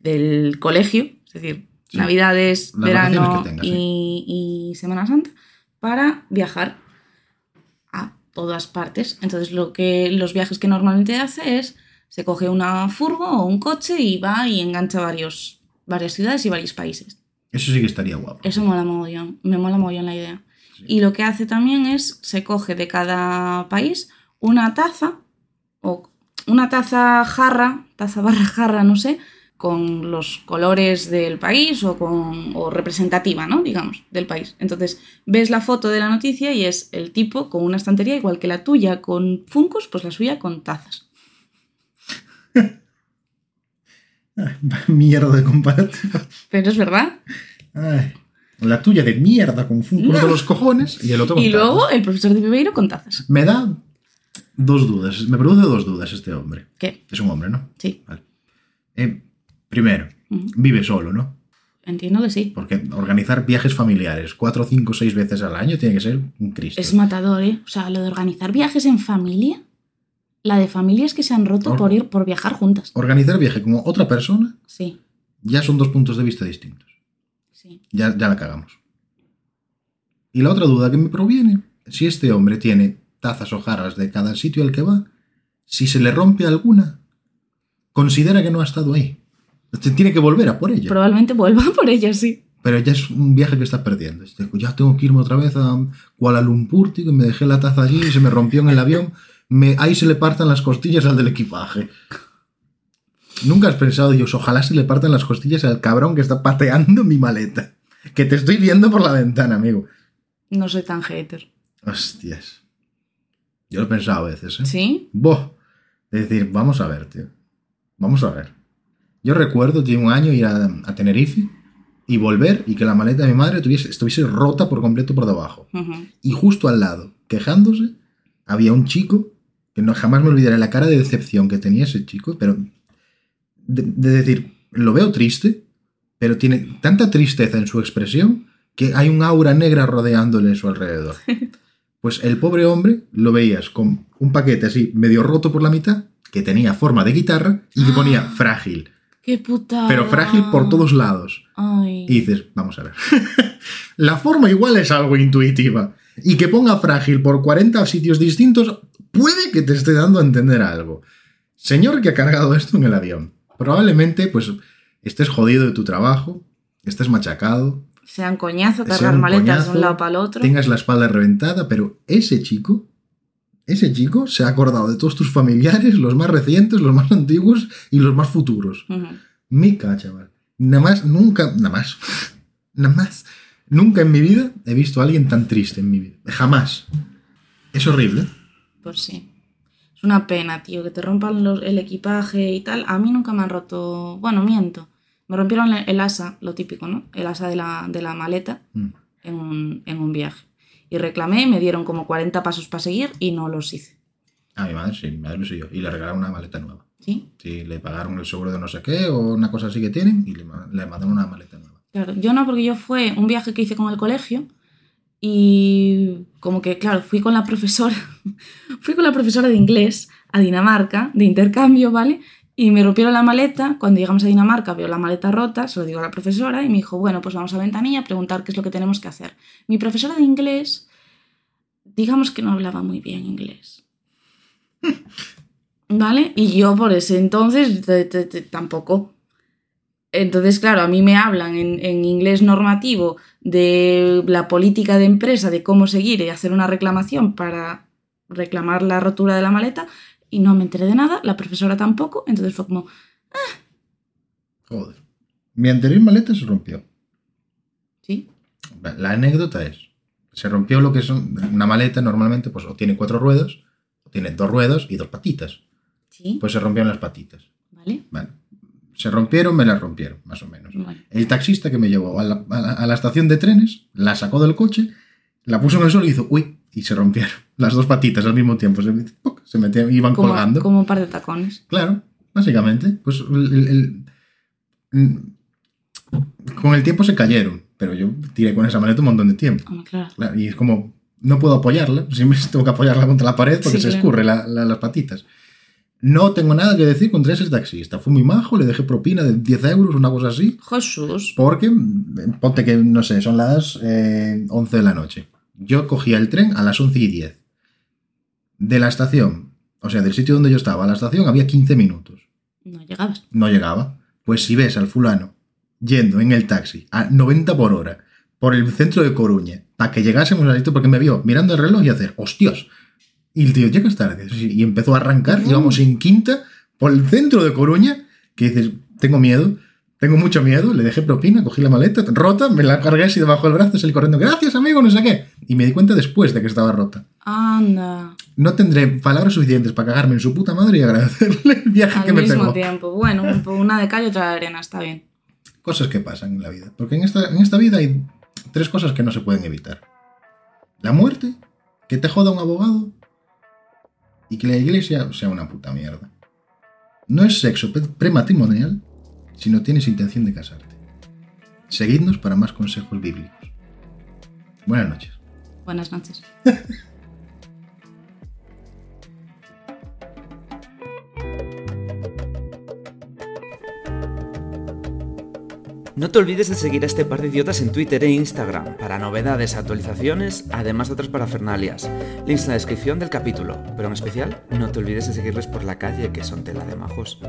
del colegio, es decir, Navidades,
Las
verano
vacaciones que tengas,
y, y Semana Santa para viajar a todas partes. Entonces, lo que los viajes que normalmente hace es se coge una furgo o un coche y va y engancha varios, varias ciudades y varios países.
Eso sí que estaría guapo.
Eso mola mogollón, me mola mogollón la idea. Y lo que hace también es, se coge de cada país una taza, o una taza jarra, taza barra jarra, no sé, con los colores del país o, con, o representativa, ¿no? Digamos, del país. Entonces, ves la foto de la noticia y es el tipo con una estantería igual que la tuya con funcos, pues la suya con tazas.
(laughs) Mierda de comparativa.
Pero es verdad.
Ay, La tuya de mierda con Funko de los cojones y el otro con
Y
tazas.
luego el profesor de Pibeiro con tazas.
Me da dos dudas. Me produce dos dudas este hombre.
¿Qué?
Es un hombre, ¿no?
Sí,
Vale. Eh, primero,
Ujú.
vive solo, ¿no?
entiendo que sí.
Porque organizar viajes familiares cuatro, cinco, seis veces al año tiene que ser un cristo.
Es matador, ¿eh? O sea, lo de organizar viajes en familia, la de familias que se han roto
Or-
por ir por viajar juntas.
Organizar viaje con otra persona
Sí,
ya son dos puntos de vista distintos.
sí.
Ya, ya la cagamos. Y la otra duda que me proviene, si este hombre tiene tazas o jarras de cada sitio al que va, si se le rompe alguna, considera que no ha estado ahí. Este Tiene que volver a por ella.
Probablemente vuelva (laughs) por ella, sí.
Pero ya es un viaje que está perdiendo. Este, Ya tengo que irme otra vez a Kuala Lumpur, tío, que me dejé la taza allí y se me rompió en el avión. Me- ahí se le partan las costillas al del equipaje. Nunca has pensado, Dios, ojalá se le partan las costillas al cabrón que está pateando mi maleta. Que te estoy viendo por la ventana, amigo.
No soy tan hater.
Hostias. Yo lo he pensado a veces, ¿eh?
¿Sí?
Boh. Es decir, vamos a ver, tío. Vamos a ver. Yo recuerdo, tío, un año ir a, a Tenerife y volver y que la maleta de mi madre tuviese- estuviese rota por completo por debajo.
Ujú.
Y justo al lado, quejándose, había un chico que no jamás me olvidaré la cara de decepción que tenía ese chico, pero de, de decir, lo veo triste, pero tiene tanta tristeza en su expresión que hay un aura negra rodeándole en su alrededor. Pues el pobre hombre lo veías con un paquete así medio roto por la mitad, que tenía forma de guitarra y que ponía frágil,
¡Qué puta!
pero frágil por todos lados.
Ay.
Y dices, vamos a ver. (laughs) la forma igual es algo intuitiva. Y que ponga frágil por 40 sitios distintos puede que te esté dando a entender algo. Señor que ha cargado esto en el avión. Probablemente, pues, estés jodido de tu trabajo, estés machacado,
Sean coñazo
sea
cargar
un
maletas de
coñazo,
un lado para el otro.
tengas la espalda reventada, pero ese chico, ese chico se ha acordado de todos tus familiares, los más recientes, los más antiguos y los más futuros.
Ujú.
Mica, chaval. Nada más, nunca, nada más, (laughs) nada más, nunca en mi vida he visto a alguien tan triste en mi vida. Jamás. Es horrible.
Pues sí. Es una pena, tío, que te rompan los- el equipaje y tal. A mí nunca me han roto. Bueno, miento. Me rompieron el, el asa, lo típico, ¿no? El asa de la, de la maleta.
Mm.
en un, en un viaje. Y reclamé, me dieron como 40 pasos para seguir y no los hice.
A mi madre, sí, mi madre lo soy yo. Y le regalaron una maleta nueva.
¿Sí?
Sí, le pagaron el seguro de no sé qué o una cosa así que tienen y le, ma- le mandaron una maleta nueva.
Claro, yo no, porque yo fue un viaje que hice con el colegio y como que, claro, fui con la profesora, (laughs) fui con la profesora de inglés a Dinamarca, de intercambio, ¿vale? Y me rompieron la maleta, cuando llegamos a Dinamarca veo la maleta rota, se lo digo a la profesora y me dijo, bueno, pues vamos a ventanilla a preguntar qué es lo que tenemos que hacer. Mi profesora de inglés, digamos que no hablaba muy bien inglés. ¿Vale? Y yo por ese entonces te- te- te- tampoco. Entonces, claro, a mí me hablan en, en inglés normativo de la política de empresa, de cómo seguir y hacer una reclamación para reclamar la rotura de la maleta, y no me enteré de nada, la profesora tampoco, entonces fue como,
Joder. Mi anterior maleta se rompió.
sí,
La- La anécdota es, se rompió lo que son una maleta normalmente, pues o tiene cuatro ruedas, o tiene dos ruedas y dos patitas.
sí,
Pues se rompieron las patitas.
¿vale?
Vale. Se rompieron, me las rompieron, más o menos.
Bueno.
El taxista que me llevó a la, a la- a la estación de trenes, la sacó del coche, la puso en el suelo y hizo, uy, y se rompieron. (laughs) Las dos patitas al mismo tiempo, se, ¡poc! se metían, iban
Como,
colgando.
como un par de tacones.
Claro, básicamente. Pues el- el- el- mm, con el tiempo se cayeron, pero yo tiré con esa maleta un montón de tiempo.
Hombre, claro.
Claro, y es pues (laughs) como, no puedo apoyarla, siempre tengo que apoyarla contra la pared porque
Sí,
se
claro.
escurre la- la- las patitas. No tengo nada que decir contra ese taxista. Fue muy majo, le dejé propina de 10 euros, una cosa así.
Jesús.
Porque, mm, ponte que, no sé, son las eh, 11 de la noche. Yo cogía el tren a las 11 y 10. De la estación, o sea, del sitio donde yo estaba a la estación, había 15 minutos.
No llegabas.
No llegaba. Pues si ves al fulano yendo en el taxi a 90 por hora por el centro de Coruña, para que llegásemos a esto, porque me vio mirando el reloj y hacer, hostios. Y el tío, llegas tarde. Sí, Y empezó a arrancar,
Mm.
íbamos en quinta por el centro de Coruña, que dices, tengo miedo, tengo mucho miedo, le dejé propina, cogí la maleta rota, me la cargué así debajo del brazo, salí corriendo, gracias amigo, no sé qué. Y me di cuenta después de que estaba rota. (laughs)
Anda.
No tendré palabras suficientes para cagarme en su puta madre y agradecerle el viaje que
Al
me
mismo
pegó.
tiempo. Bueno, un po- una de calle y otra de arena, está bien.
cosas que pasan en la vida. Porque en esta, en esta vida hay tres cosas que no se pueden evitar. La muerte, que te joda un abogado y que la iglesia sea una puta mierda. No es sexo pre- prematrimonial si no tienes intención de casarte. Seguidnos para más consejos bíblicos. Buenas noches.
Buenas noches.
No te olvides de seguir a este par de idiotas en Twitter e Instagram para novedades, actualizaciones, además de otras parafernalias. Links en la descripción del capítulo, pero en especial no te olvides de seguirles por la calle que son tela de majos.